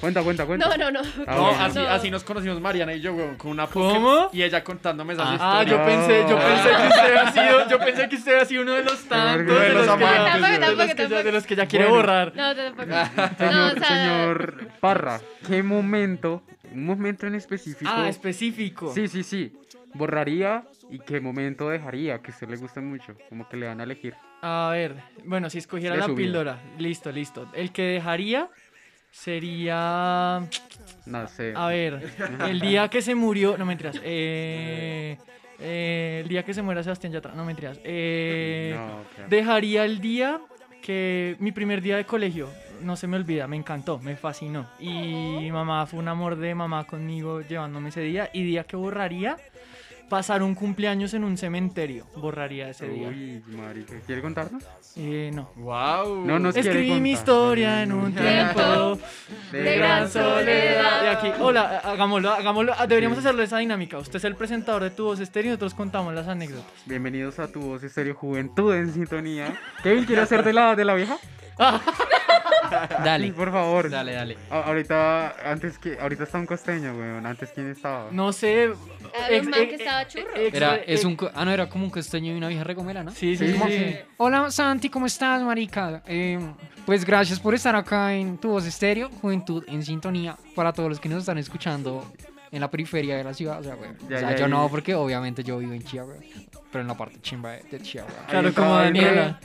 Speaker 4: Cuenta, cuenta,
Speaker 12: No,
Speaker 4: cuenta.
Speaker 12: no, no.
Speaker 4: Ah,
Speaker 10: no,
Speaker 4: bueno.
Speaker 10: así,
Speaker 12: No.
Speaker 10: así nos conocimos Mariana y yo, weón, con una
Speaker 13: ¿Cómo?
Speaker 10: Y ella contándome esas
Speaker 13: Ah,
Speaker 10: historias.
Speaker 13: yo pensé, yo
Speaker 10: Ah.
Speaker 13: pensé que usted había sido, yo pensé que usted había sido uno de los tantos,
Speaker 10: Uno de
Speaker 13: de
Speaker 10: los
Speaker 13: los, que, ya-
Speaker 10: amantes,
Speaker 13: de los
Speaker 12: tampoco,
Speaker 13: que ya-
Speaker 12: tampoco.
Speaker 13: de los que ya quiere
Speaker 4: Bueno.
Speaker 13: borrar.
Speaker 12: No,
Speaker 10: (laughs)
Speaker 12: tampoco. No, o
Speaker 4: Señor,
Speaker 12: sea,
Speaker 4: señor Parra, ¿qué momento, un momento en específico?
Speaker 13: Ah, específico.
Speaker 4: Sí, sí, sí. Borraría y qué momento dejaría, que a usted le gusta mucho, como que le van a elegir.
Speaker 13: A ver, bueno, si escogiera
Speaker 4: De
Speaker 13: la
Speaker 4: su vida.
Speaker 13: píldora, listo, listo. El que dejaría sería,
Speaker 4: No sé.
Speaker 13: a ver, el día que se murió, no mentiras, eh, eh, el día que se muera Sebastián Yatra, no mentiras. eh,
Speaker 4: No, ok.
Speaker 13: Dejaría el día que mi primer día de colegio, no se me olvida, me encantó, me fascinó. Y mamá fue un amor de mamá conmigo llevándome ese día y día que borraría. Pasar un cumpleaños en un cementerio, borraría ese día.
Speaker 4: Uy, marica, ¿quiere contarnos?
Speaker 13: Eh, no.
Speaker 10: Wow.
Speaker 4: No nos quiere
Speaker 13: Escribí mi
Speaker 4: contar.
Speaker 13: historia en un tiempo
Speaker 4: de
Speaker 13: de
Speaker 4: gran
Speaker 13: gran soledad.
Speaker 4: soledad.
Speaker 13: De aquí. Hola, hagámoslo, hagámoslo. Ah, Deberíamos hacerlo esa dinámica. Usted es el presentador de tu voz estéreo y nosotros contamos las anécdotas.
Speaker 4: Bienvenidos a tu voz estéreo Juventud en Sintonía. Kevin, ¿quiere hacer de la, de la
Speaker 13: (laughs)
Speaker 4: vieja?
Speaker 11: Dale.
Speaker 4: Sí, por favor.
Speaker 11: Dale, dale.
Speaker 4: A- ahorita, antes que, ahorita está un costeño, weón. Antes, ¿quién estaba?
Speaker 13: No sé.
Speaker 12: Había un
Speaker 13: ex-
Speaker 12: man que
Speaker 13: ex-
Speaker 12: estaba churro.
Speaker 13: ex-
Speaker 11: Era,
Speaker 13: ex-
Speaker 11: es un, co- ah, no, era como un costeño y una vieja regomela, ¿no?
Speaker 13: Sí, sí, sí. sí.
Speaker 8: Hola Santi, ¿cómo estás, marica? Eh, pues gracias por estar acá en tu voz estéreo, Juventud en Sintonía, para todos los que nos están escuchando en la periferia de la ciudad. O sea, güey,
Speaker 11: Ya,
Speaker 8: o sea,
Speaker 11: ya,
Speaker 8: yo
Speaker 11: ya.
Speaker 8: no, porque obviamente yo vivo en Chía, güey, pero en la parte chimba de, de Chía, güey.
Speaker 13: Claro, como Daniela.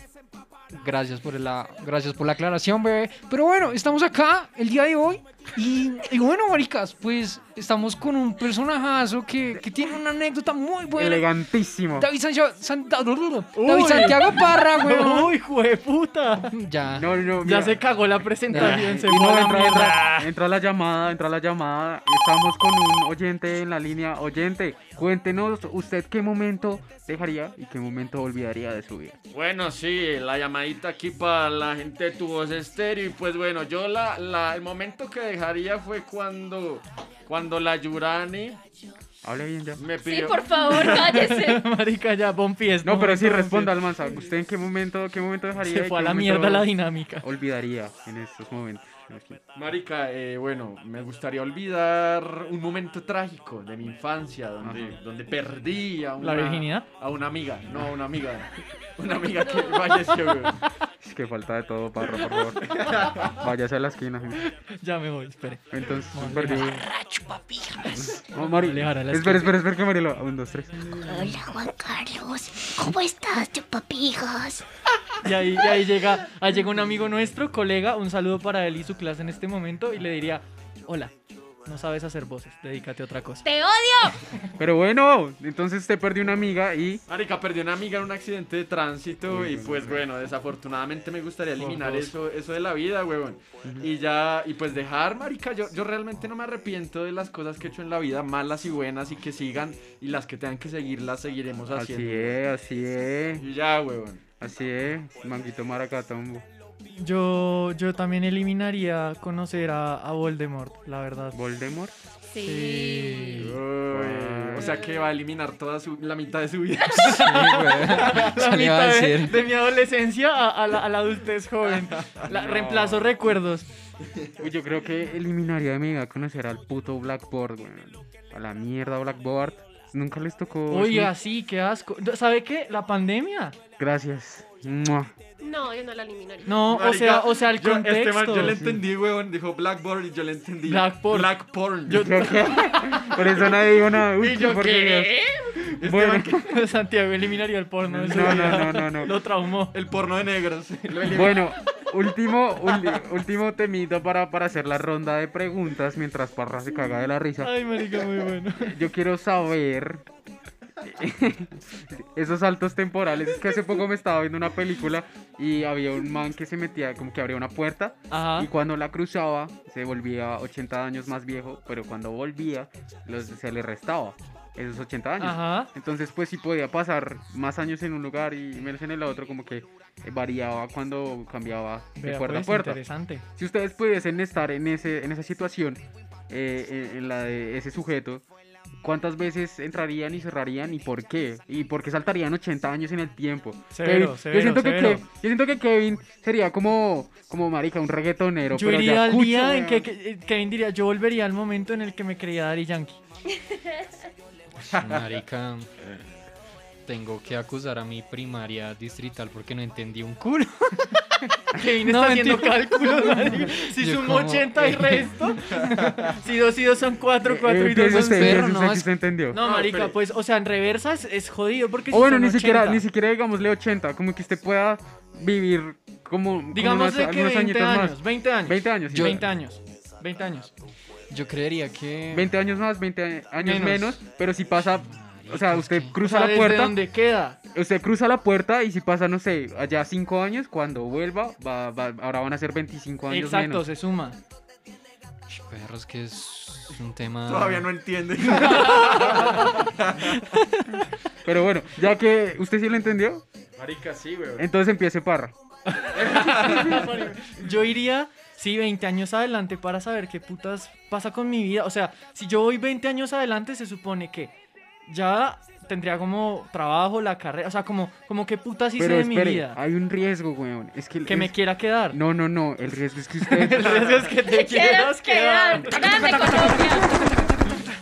Speaker 8: Gracias por, la, gracias por la aclaración, bebé. Pero bueno, estamos acá el día de hoy. Y, y bueno, maricas, pues estamos con un personajazo que, que tiene una anécdota muy buena.
Speaker 4: Elegantísimo.
Speaker 8: David Santiago, San- David
Speaker 13: Uy.
Speaker 8: Santiago Parra,
Speaker 11: (laughs)
Speaker 8: weón.
Speaker 13: (laughs) Uy, jueputa.
Speaker 8: Ya.
Speaker 4: No, no,
Speaker 13: Ya
Speaker 4: mira.
Speaker 13: se cagó la (laughs) presentación. Se
Speaker 4: Y
Speaker 13: fue
Speaker 4: no,
Speaker 13: a la
Speaker 4: entra,
Speaker 13: mierda.
Speaker 4: entra- entra la llamada, entra la llamada. Estamos con un oyente en la línea. Oyente, cuéntenos usted qué momento dejaría y qué momento olvidaría de su vida.
Speaker 10: Bueno, sí, la llamadita aquí para la gente de tu voz estéreo. Y pues bueno, yo la, la- el momento que dejaría fue cuando, cuando la Yurani
Speaker 4: Hable bien ya.
Speaker 10: me
Speaker 12: Sí,
Speaker 10: pidió.
Speaker 12: por favor, (laughs) cállese.
Speaker 13: (laughs) Marica, ya, bompies.
Speaker 4: No, pero sí responda, Almanza. ¿Usted en qué momento, qué momento dejaría?
Speaker 13: Se fue
Speaker 4: y qué
Speaker 13: a la
Speaker 4: momento
Speaker 13: mierda la dinámica.
Speaker 4: Olvidaría en estos momentos.
Speaker 10: Marica, eh, bueno, me gustaría olvidar un momento trágico de mi infancia, donde,
Speaker 13: Ajá.
Speaker 10: donde perdí a
Speaker 13: ¿La
Speaker 10: una,
Speaker 13: virginidad?
Speaker 10: a una amiga, no, a una amiga, una amiga que (laughs) falleció. güey.
Speaker 4: Es que falta de todo, parra,
Speaker 13: (laughs)
Speaker 4: por favor. Váyase a la esquina, gente.
Speaker 13: Ya me voy, espere.
Speaker 4: Entonces,
Speaker 13: Vamos,
Speaker 4: perdí. No, Mari.
Speaker 13: Alejar a la esquina.
Speaker 4: Espera, espera, espera, que Mari lo. Un, dos, tres.
Speaker 15: Hola Juan Carlos, ¿cómo estás, chupapijas?
Speaker 13: Y ahí, y ahí llega, ahí llega un amigo nuestro, colega, un saludo para él y su clase en este momento y le diría, hola, no sabes hacer voces, dedícate a otra cosa.
Speaker 15: ¡Te odio!
Speaker 4: Pero bueno, entonces te perdí una amiga y.
Speaker 10: Marica, perdió una amiga en un accidente de tránsito y pues bueno, desafortunadamente me gustaría eliminar
Speaker 4: dos.
Speaker 10: eso, eso de la vida, huevón. Y ya, y pues dejar, marica, yo, yo realmente no me arrepiento de las cosas que he hecho en la vida, malas y buenas, y que sigan, y las que tengan que seguir, las seguiremos
Speaker 4: Así
Speaker 10: haciendo.
Speaker 4: es, así es.
Speaker 10: Y ya, huevón.
Speaker 4: Así es, manguito maracatombo.
Speaker 13: Yo, yo también eliminaría conocer a, a Voldemort, la
Speaker 4: (laughs)
Speaker 13: verdad.
Speaker 4: ¿Voldemort?
Speaker 10: Sí. Uy, o sea que va a eliminar toda su, la mitad de su vida.
Speaker 13: la mitad de, de mi adolescencia a, a la, a la adultez joven. La-
Speaker 4: No.
Speaker 13: Reemplazo recuerdos.
Speaker 4: Uy, Yo creo que eliminaría a mi amiga conocer al puto Blackboard, weón. A la mierda Blackboard. Nunca les tocó.
Speaker 13: Oiga,
Speaker 4: eso?
Speaker 13: sí, qué asco. ¿Sabe qué? La pandemia.
Speaker 4: Gracias. Mua.
Speaker 12: No, yo no la eliminaría.
Speaker 13: No, o sea, o sea, el
Speaker 10: Yo- este man,
Speaker 13: contexto.
Speaker 10: yo le entendí, huevón, dijo Blackboard y yo le entendí.
Speaker 13: Blackboard.
Speaker 10: Blackporn.
Speaker 4: (laughs)
Speaker 13: Yo-
Speaker 4: Por eso nadie dijo nada. Uy,
Speaker 13: (laughs) ¿Y yo
Speaker 4: por
Speaker 10: Este
Speaker 13: qué? Este
Speaker 4: Dios. Bueno.
Speaker 13: (laughs) Santiago eliminaría el porno. de su
Speaker 4: No,
Speaker 13: vida.
Speaker 4: no, no, no, no.
Speaker 13: Lo traumó.
Speaker 10: El porno de negros.
Speaker 4: Bueno, último, ul- último temito para, para hacer la ronda de preguntas mientras Parra se caga de la risa.
Speaker 13: Ay, marica, muy bueno.
Speaker 4: Yo quiero saber esos saltos temporales. Es que hace poco me estaba viendo una película y había un man que se metía, como que abría una puerta
Speaker 13: Ajá.
Speaker 4: y cuando la cruzaba se volvía 80 años más viejo, pero cuando volvía los- se le restaba esos 80 años.
Speaker 13: Ajá.
Speaker 4: Entonces, pues si podía pasar más años en un lugar y menos en el otro, como que eh, variaba cuando cambiaba de
Speaker 13: Vea,
Speaker 4: puerta
Speaker 13: pues,
Speaker 4: a puerta.
Speaker 13: interesante.
Speaker 4: Si ustedes pudiesen estar en, ese, en esa situación, eh, en- en la de ese sujeto, ¿cuántas veces entrarían y cerrarían y por qué? ¿Y por qué saltarían 80 años en el tiempo?
Speaker 13: Severo,
Speaker 4: Kevin,
Speaker 13: severo,
Speaker 4: yo, siento que
Speaker 13: severo.
Speaker 4: Kev- yo siento que Kevin sería como, como marica, un reggaetonero.
Speaker 13: Yo
Speaker 4: pero
Speaker 13: iría al
Speaker 4: yacucho,
Speaker 13: día en que,
Speaker 4: weón.
Speaker 13: que- eh, Kevin diría, yo volvería al momento en el que me creía Daddy Yankee.
Speaker 11: Marica, tengo que acusar a mi primaria distrital porque no entendí un culo.
Speaker 13: (laughs) Kevin
Speaker 11: No,
Speaker 13: está haciendo
Speaker 11: mentira.
Speaker 13: (laughs) cálculos. marica. Si
Speaker 11: Yo
Speaker 13: sumo
Speaker 11: como,
Speaker 13: 80 y
Speaker 11: eh.
Speaker 4: (laughs)
Speaker 13: resto. si 2 y 2 son
Speaker 4: Eh,
Speaker 13: 4, 4 y
Speaker 4: entiende
Speaker 13: 2 son
Speaker 4: usted,
Speaker 13: 0.
Speaker 4: entiende
Speaker 13: No,
Speaker 4: usted, sí se entendió.
Speaker 13: no,
Speaker 4: No,
Speaker 13: marica,
Speaker 4: pero-
Speaker 13: pues, o sea, en reversa es, es jodido porque.
Speaker 4: O Oh, bueno,
Speaker 13: son
Speaker 4: ni siquiera,
Speaker 13: 80.
Speaker 4: ni siquiera digámosle 80, como que usted pueda vivir como... como
Speaker 13: Digamos
Speaker 4: unos-
Speaker 13: de que
Speaker 4: algunos
Speaker 13: 20
Speaker 4: añitos más.
Speaker 13: años, 20 años.
Speaker 4: 20 años, sí.
Speaker 13: Yo- 20 años. 20 años.
Speaker 11: Yo creería que.
Speaker 4: 20 años más, 20 años
Speaker 13: Menos.
Speaker 4: menos, pero si pasa, o sea, usted cruza
Speaker 13: O sea,
Speaker 4: la
Speaker 13: ¿desde
Speaker 4: puerta.
Speaker 13: dónde queda?
Speaker 4: Usted cruza la puerta y si pasa, no sé, allá 5 años, cuando vuelva, va- va- ahora van a ser 25 años
Speaker 13: Exacto,
Speaker 4: menos.
Speaker 13: se suma.
Speaker 11: Perros, que es un tema.
Speaker 10: Todavía no entiende.
Speaker 4: (laughs) Pero bueno, ya que usted sí lo entendió,
Speaker 10: Marica, sí, huevón.
Speaker 4: entonces empiece Parra.
Speaker 13: (laughs) yo iría, sí, 20 años adelante para saber qué putas pasa con mi vida. O sea, si yo voy 20 años adelante, se supone que ya tendría como trabajo, la carrera. O sea, como, como qué putas hice
Speaker 4: Pero
Speaker 13: de mi
Speaker 4: espere,
Speaker 13: vida.
Speaker 4: hay un riesgo, weón. Es que,
Speaker 13: Que me quiera quedar.
Speaker 4: No, no, no, el riesgo es que usted...
Speaker 13: (laughs) El riesgo
Speaker 12: (laughs)
Speaker 13: es que te
Speaker 12: quieras
Speaker 13: quieras quedar.
Speaker 12: quedar. Dame, Colombia.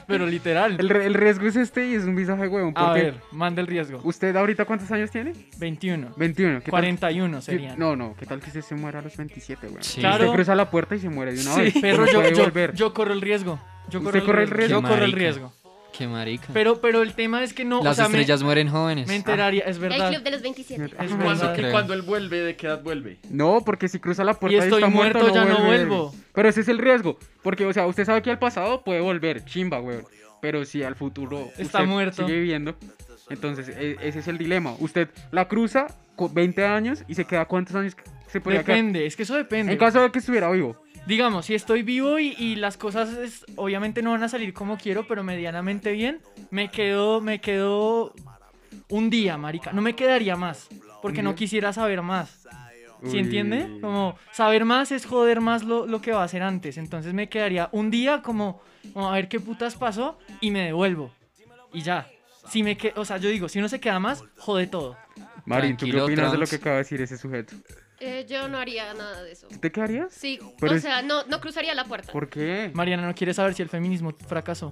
Speaker 13: Pero literal.
Speaker 4: El, re- el riesgo es este y es un visaje, weón.
Speaker 13: A
Speaker 4: porque
Speaker 13: ver, manda el riesgo.
Speaker 4: ¿Usted ahorita cuántos años tiene?
Speaker 13: 21.
Speaker 4: 21. ¿qué tal-
Speaker 13: 41
Speaker 4: qué-
Speaker 13: serían.
Speaker 4: No, no, ¿qué tal que usted se muera a los 27, weón?
Speaker 13: Sí.
Speaker 4: Usted
Speaker 13: Claro.
Speaker 4: cruza la puerta y se muere de una
Speaker 13: Sí,
Speaker 4: vez.
Speaker 13: pero
Speaker 4: no
Speaker 13: yo,
Speaker 4: puede
Speaker 13: yo-
Speaker 4: volver.
Speaker 13: yo corro el riesgo. Yo
Speaker 4: ¿Usted
Speaker 13: corro el
Speaker 4: corre el
Speaker 13: riesgo.
Speaker 4: riesgo?
Speaker 13: Yo corro el
Speaker 11: marica.
Speaker 13: riesgo.
Speaker 11: Qué marica.
Speaker 13: Pero, pero el tema es que no.
Speaker 11: Las
Speaker 13: o sea, me-
Speaker 11: estrellas mueren jóvenes.
Speaker 13: Me enteraría, es verdad.
Speaker 12: El club de los 27.
Speaker 13: Es
Speaker 10: ¿Y cuando,
Speaker 13: verdad.
Speaker 10: y cuando él vuelve? ¿De qué edad vuelve?
Speaker 4: No, porque si cruza la puerta
Speaker 13: Y estoy
Speaker 4: está muerto,
Speaker 13: muerto, ya no
Speaker 4: vuelve.
Speaker 13: vuelvo.
Speaker 4: Pero ese es el riesgo. Porque, o sea, usted sabe que al pasado puede volver, chimba, weón. Pero si al futuro
Speaker 13: Está
Speaker 4: usted
Speaker 13: muerto.
Speaker 4: sigue viviendo, entonces e- ese es el dilema. Usted la cruza con 20 años y se queda cuántos años se puede
Speaker 13: Depende, es que eso depende.
Speaker 4: En caso de que estuviera vivo.
Speaker 13: Digamos, si estoy vivo y, y las cosas es- obviamente no van a salir como quiero, pero medianamente bien, me quedo, me quedo un día, marica. No me quedaría más, porque
Speaker 4: Un
Speaker 13: no
Speaker 4: día.
Speaker 13: quisiera saber más. ¿Sí
Speaker 4: Uy.
Speaker 13: entiende? Como saber más es joder más lo, lo que va a hacer antes. Entonces me quedaría un día como, como a ver qué putas pasó y me devuelvo. Y ya. Si me que, o sea, yo digo, si uno se queda más, jode todo.
Speaker 4: Marín, ¿tú qué
Speaker 11: Ah, Tranquilo,
Speaker 4: opinas de lo
Speaker 11: trans.
Speaker 4: que acaba de decir ese sujeto?
Speaker 12: Eh, yo no haría nada de eso.
Speaker 13: ¿Te qué harías?
Speaker 12: Sí,
Speaker 13: Pero
Speaker 12: o
Speaker 13: es-
Speaker 12: sea, no, no cruzaría la puerta.
Speaker 13: ¿Por qué? Mariana no quiere saber si el feminismo fracasó.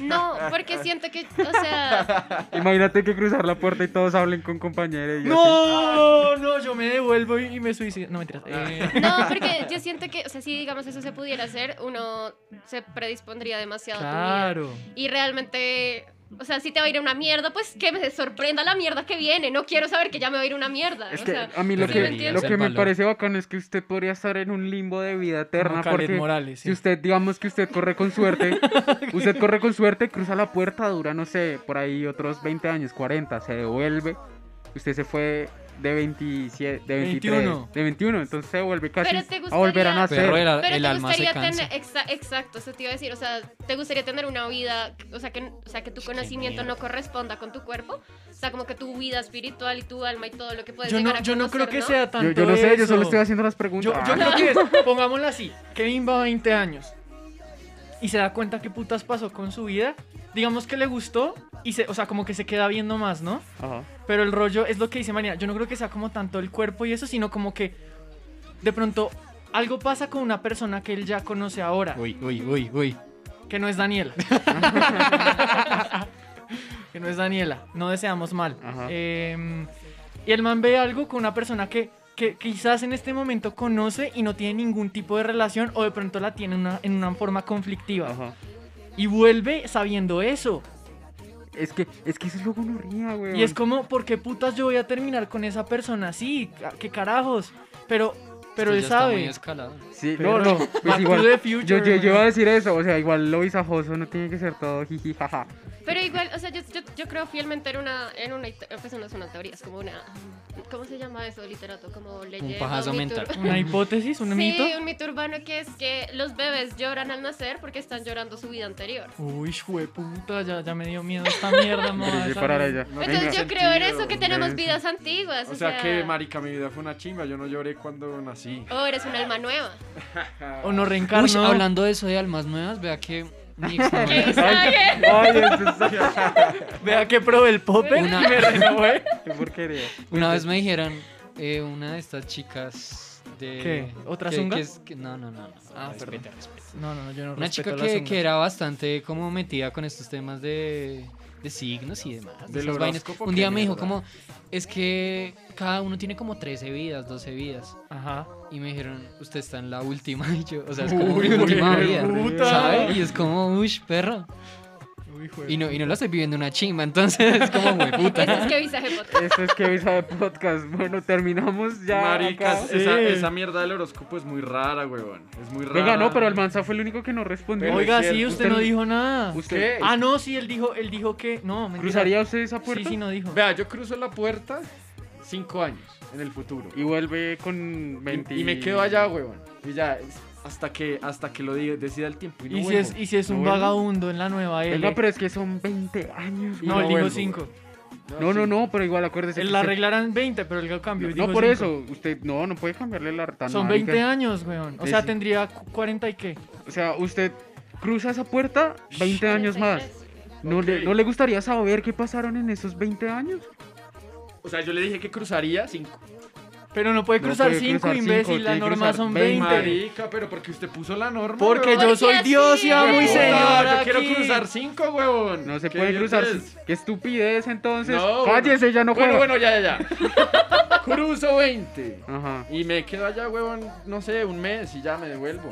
Speaker 12: No, porque siento que, o
Speaker 13: (laughs)
Speaker 12: sea,
Speaker 4: Imagínate que cruzar la puerta y todos hablen con compañeros.
Speaker 13: No, no, yo me devuelvo y y me suicido. No, mentiras.
Speaker 12: Ah.
Speaker 13: Eh,
Speaker 12: no, porque yo siento que, o sea, si digamos eso se pudiera hacer, uno se predispondría demasiado. a tu vida. (laughs)
Speaker 13: Claro.
Speaker 12: Y realmente, o sea, si te va a ir a una mierda, pues que me sorprenda la mierda que viene. No quiero saber que ya me va a ir una mierda.
Speaker 4: Es
Speaker 12: o
Speaker 4: que
Speaker 12: sea,
Speaker 4: a mí lo
Speaker 12: ¿sí
Speaker 4: que,
Speaker 12: me entiendes?
Speaker 4: lo que me
Speaker 13: valor.
Speaker 4: parece bacano es que usted podría estar en un limbo de vida eterna.
Speaker 13: Khaled
Speaker 4: porque
Speaker 13: Morales, sí.
Speaker 4: si usted, digamos que usted corre con
Speaker 13: (laughs)
Speaker 4: suerte, usted corre con suerte, cruza la puerta, dura, no sé, por ahí otros 20 años, 40, se devuelve. Usted se fue de 27, de 23,
Speaker 11: 21.
Speaker 4: de 21, entonces se vuelve casi
Speaker 12: Pero te gustaría,
Speaker 4: a volver a nacer.
Speaker 11: Pero el-
Speaker 12: pero
Speaker 11: el
Speaker 12: te
Speaker 11: alma se
Speaker 12: gustaría
Speaker 11: cansa.
Speaker 12: tener, exa- exacto, eso te iba a decir, o sea, te gustaría tener una vida, o sea, que, o sea, que tu conocimiento no corresponda con tu cuerpo, o sea, como que tu vida espiritual y tu alma y todo lo que puedes
Speaker 13: Yo
Speaker 12: llegar
Speaker 13: no,
Speaker 12: a
Speaker 13: yo no creo
Speaker 12: conocer,
Speaker 13: que
Speaker 12: ¿no?
Speaker 13: sea
Speaker 4: Yo,
Speaker 13: tanto
Speaker 4: yo no sé, yo solo
Speaker 13: eso.
Speaker 4: estoy haciendo las preguntas.
Speaker 13: Yo, yo creo que es,
Speaker 12: pues,
Speaker 13: pongámosla así, Kevin va a 20 años y se da cuenta qué putas pasó con su vida. Digamos que le gustó y se, o sea, como que se queda viendo más, ¿no?
Speaker 4: Ah, Ajá.
Speaker 13: Pero el rollo es lo que dice María, yo no creo que sea como tanto el cuerpo y eso, sino como que de pronto algo pasa con una persona que él ya conoce ahora.
Speaker 11: Uy, uy, uy, uy.
Speaker 13: Que no es Daniela. (laughs) que no es Daniela. No deseamos mal. Eh, y el man ve algo con una persona que, que quizás en este momento conoce y no tiene ningún tipo de relación o de pronto la tiene una- en una forma conflictiva. Y vuelve sabiendo eso.
Speaker 4: Es que, es que eso es lo gonorrea, güey.
Speaker 11: Mm.
Speaker 13: Y es como, ¿por qué putas yo voy a terminar con esa persona así? ¿A- ¿Qué carajos? Pero, pero él
Speaker 11: Esto ya está muy
Speaker 13: sabe.
Speaker 11: escalado.
Speaker 4: Sí,
Speaker 13: Pero-
Speaker 4: no, no.
Speaker 13: Back
Speaker 4: Pues
Speaker 13: to
Speaker 4: igual,
Speaker 13: the future,
Speaker 4: yo, yo, yo
Speaker 13: güey.
Speaker 4: iba a decir eso, o sea, igual lo visajoso no tiene que ser todo jiji, jaja.
Speaker 12: Pero igual, o sea, yo, yo, yo creo fielmente en una, en una, hito- pues no es una teoría, es como una, ¿cómo se llama eso, literato? Como leyenda.
Speaker 11: pajazo
Speaker 12: mito
Speaker 11: mental.
Speaker 12: (laughs) urbano.
Speaker 13: Una hipótesis, un mito.
Speaker 12: Sí, un mito urbano que es que los bebés lloran al nacer porque están llorando su vida anterior.
Speaker 13: Uy, jueputa, ya, ya me dio miedo esta
Speaker 11: (laughs)
Speaker 13: mierda,
Speaker 4: Me
Speaker 13: ma,
Speaker 4: parece
Speaker 13: esa
Speaker 4: parar
Speaker 13: mierda.
Speaker 4: allá. No
Speaker 12: Entonces
Speaker 4: (laughs)
Speaker 12: yo
Speaker 10: tiene
Speaker 12: creo en
Speaker 10: sentido,
Speaker 12: eso, que tenemos
Speaker 10: no tiene
Speaker 12: vidas antiguas.
Speaker 10: O sea que, marica, mi vida fue una chimba. Yo no lloré cuando nací.
Speaker 12: O eres un alma nueva.
Speaker 13: O no reencarnó.
Speaker 11: Uy, hablando de eso de almas nuevas, vea que
Speaker 12: (laughs)
Speaker 11: mi exnovia-
Speaker 13: Vea que probé el popper
Speaker 11: Una-
Speaker 13: y me renové.
Speaker 4: (laughs) Qué porquería.
Speaker 11: Una vez me dijeron, eh, una de estas chicas de...
Speaker 13: ¿Qué? ¿Otra
Speaker 11: que-
Speaker 13: zunga?
Speaker 11: que es- que- no, no, no. no
Speaker 13: Ah,
Speaker 11: respeta,
Speaker 13: perdón.
Speaker 11: respeta.
Speaker 13: (laughs) No, no, no, yo no
Speaker 11: Una
Speaker 13: respeto
Speaker 11: chica
Speaker 13: las
Speaker 11: que,
Speaker 13: zungas.
Speaker 11: que era bastante como metida con estos temas de, de signos y demás. de
Speaker 10: ¿Del
Speaker 11: esas vainas.
Speaker 10: horóscopo
Speaker 11: Un
Speaker 10: qué
Speaker 11: día me dijo
Speaker 10: mierda?
Speaker 11: como, es que cada uno tiene como 13 vidas, 12 vidas.
Speaker 13: Ajá.
Speaker 11: Y me dijeron, usted está en la última. (laughs) Y yo, o sea, es como
Speaker 13: Uy,
Speaker 11: mi última
Speaker 13: güey,
Speaker 11: vida.
Speaker 13: puta.
Speaker 11: ¿sabe? Y es como, uy, perro.
Speaker 13: Uy,
Speaker 11: Y no, y no la estoy viviendo una chimba, entonces (laughs) es como, güey, puta.
Speaker 12: Eso Este es que visaje podcast.
Speaker 4: Eso es que visa de podcast. Bueno, terminamos ya.
Speaker 10: Maricas,
Speaker 4: acá.
Speaker 10: esa,
Speaker 4: Sí.
Speaker 10: esa mierda del horóscopo es muy rara, huevón. Es muy rara.
Speaker 4: Venga, no, pero el Mansa fue el único que no respondió.
Speaker 13: Oiga, sí, usted, no dijo nada.
Speaker 4: ¿Usted?
Speaker 13: Ah, no, sí, él dijo, él dijo que. No, mentira.
Speaker 4: ¿Cruzaría usted esa puerta?
Speaker 13: Sí, sí, no dijo.
Speaker 10: Vea, yo cruzo la puerta cinco años en el futuro.
Speaker 4: Y vuelve con 20.
Speaker 10: Y, y me quedo allá, huevón. Y ya, es- hasta que, hasta que lo diga- decida el tiempo. Y, no
Speaker 13: Y si
Speaker 10: vuelvo.
Speaker 13: es, y si es
Speaker 10: No
Speaker 13: un
Speaker 10: vuelvo.
Speaker 13: vagabundo en la nueva L.
Speaker 4: Venga, pero es que son 20 años.
Speaker 13: No,
Speaker 4: güey.
Speaker 13: él dijo 5.
Speaker 4: No, no, no, pero igual acuérdese. que
Speaker 13: La
Speaker 4: usted-
Speaker 13: arreglarán 20, pero él cambió. y
Speaker 4: No,
Speaker 13: dijo
Speaker 4: por
Speaker 13: cinco.
Speaker 4: eso. Usted no, no puede cambiarle la tan
Speaker 13: Son
Speaker 4: marica.
Speaker 13: 20 años, weón. O
Speaker 4: Sí,
Speaker 13: sea,
Speaker 4: sí.
Speaker 13: tendría cu- 40 y qué.
Speaker 4: O sea, usted cruza esa puerta 20 años más. ¿No, le, ¿No le gustaría saber qué pasaron en esos 20 años?
Speaker 10: O sea, yo le dije que cruzaría cinco.
Speaker 13: Pero no puede
Speaker 4: No
Speaker 13: cruzar
Speaker 4: puede
Speaker 13: 5,
Speaker 4: cruzar cinco,
Speaker 13: imbécil. La
Speaker 4: tiene que
Speaker 13: norma
Speaker 4: cruzar
Speaker 13: son
Speaker 4: 20.
Speaker 13: 20.
Speaker 10: Marica, pero porque usted puso la norma.
Speaker 13: Porque
Speaker 10: huevón.
Speaker 13: yo soy
Speaker 10: Puta,
Speaker 13: Dios y amo y
Speaker 10: yo
Speaker 13: señor.
Speaker 10: quiero
Speaker 13: aquí.
Speaker 10: cruzar cinco, huevón.
Speaker 4: No se
Speaker 10: Qué
Speaker 4: puede cruzar.
Speaker 10: idiotez.
Speaker 4: Qué estupidez, entonces.
Speaker 10: No,
Speaker 4: Cállese,
Speaker 10: bueno.
Speaker 4: ya no
Speaker 10: Bueno,
Speaker 4: juega.
Speaker 10: bueno, ya, ya, ya.
Speaker 4: (laughs)
Speaker 10: Cruzo 20.
Speaker 4: Ajá.
Speaker 10: Y me quedo allá, huevón, no sé, un mes y ya me devuelvo.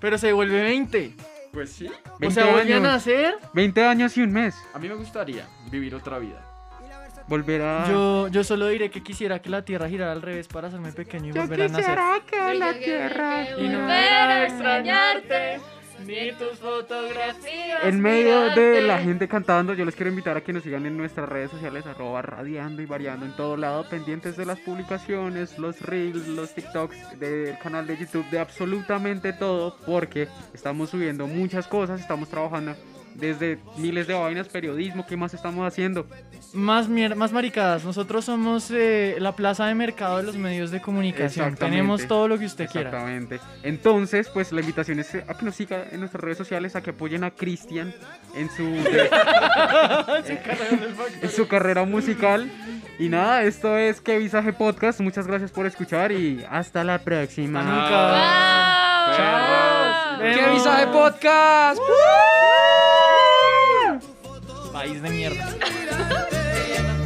Speaker 13: Pero se devuelve 20.
Speaker 10: Pues sí.
Speaker 13: O
Speaker 4: 20
Speaker 13: sea, volvían a
Speaker 4: años.
Speaker 13: nacer.
Speaker 4: 20 años y un mes.
Speaker 10: A mí me gustaría vivir otra vida.
Speaker 4: Volver a.
Speaker 13: Yo, yo solo diré que quisiera que la tierra girara al revés para hacerme pequeño y volver a nacer.
Speaker 4: que
Speaker 12: la tierra
Speaker 13: Y no
Speaker 12: volverá
Speaker 13: a extrañarte, ni tus fotografías.
Speaker 4: En medio de la gente cantando, yo les quiero invitar a que nos sigan en nuestras redes sociales, arroba radiando y variando en todo lado, pendientes de las publicaciones, los reels, los TikToks del canal de YouTube, de absolutamente todo, porque estamos subiendo muchas cosas, estamos trabajando desde miles de vainas, periodismo, ¿qué más estamos haciendo?
Speaker 13: Más, mier- más maricadas, nosotros somos eh, la plaza de mercado de los medios de comunicación.
Speaker 4: Exactamente.
Speaker 13: Tenemos todo lo que usted quiera.
Speaker 4: Exactamente. Entonces, pues la invitación es a que nos sigan en nuestras redes sociales, a que apoyen a Cristian en su... en su carrera musical. Y nada, esto es Que Visaje Podcast. Muchas gracias por escuchar y hasta la próxima.
Speaker 8: Chao. ¡Qué visaje podcast!
Speaker 13: País de mierda.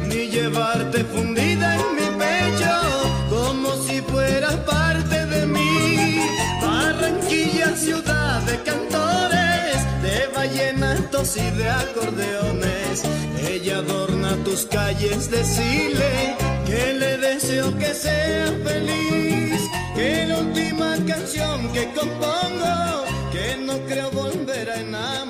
Speaker 16: ni llevarte fundida en mi pecho, como si fueras parte de mí. Barranquilla, ciudad de cantores, de vallenatos y de acordeones. Ella adorna tus calles, decile que le deseo que sea feliz. Que la última canción que compongo, que no creo volver a enamorar.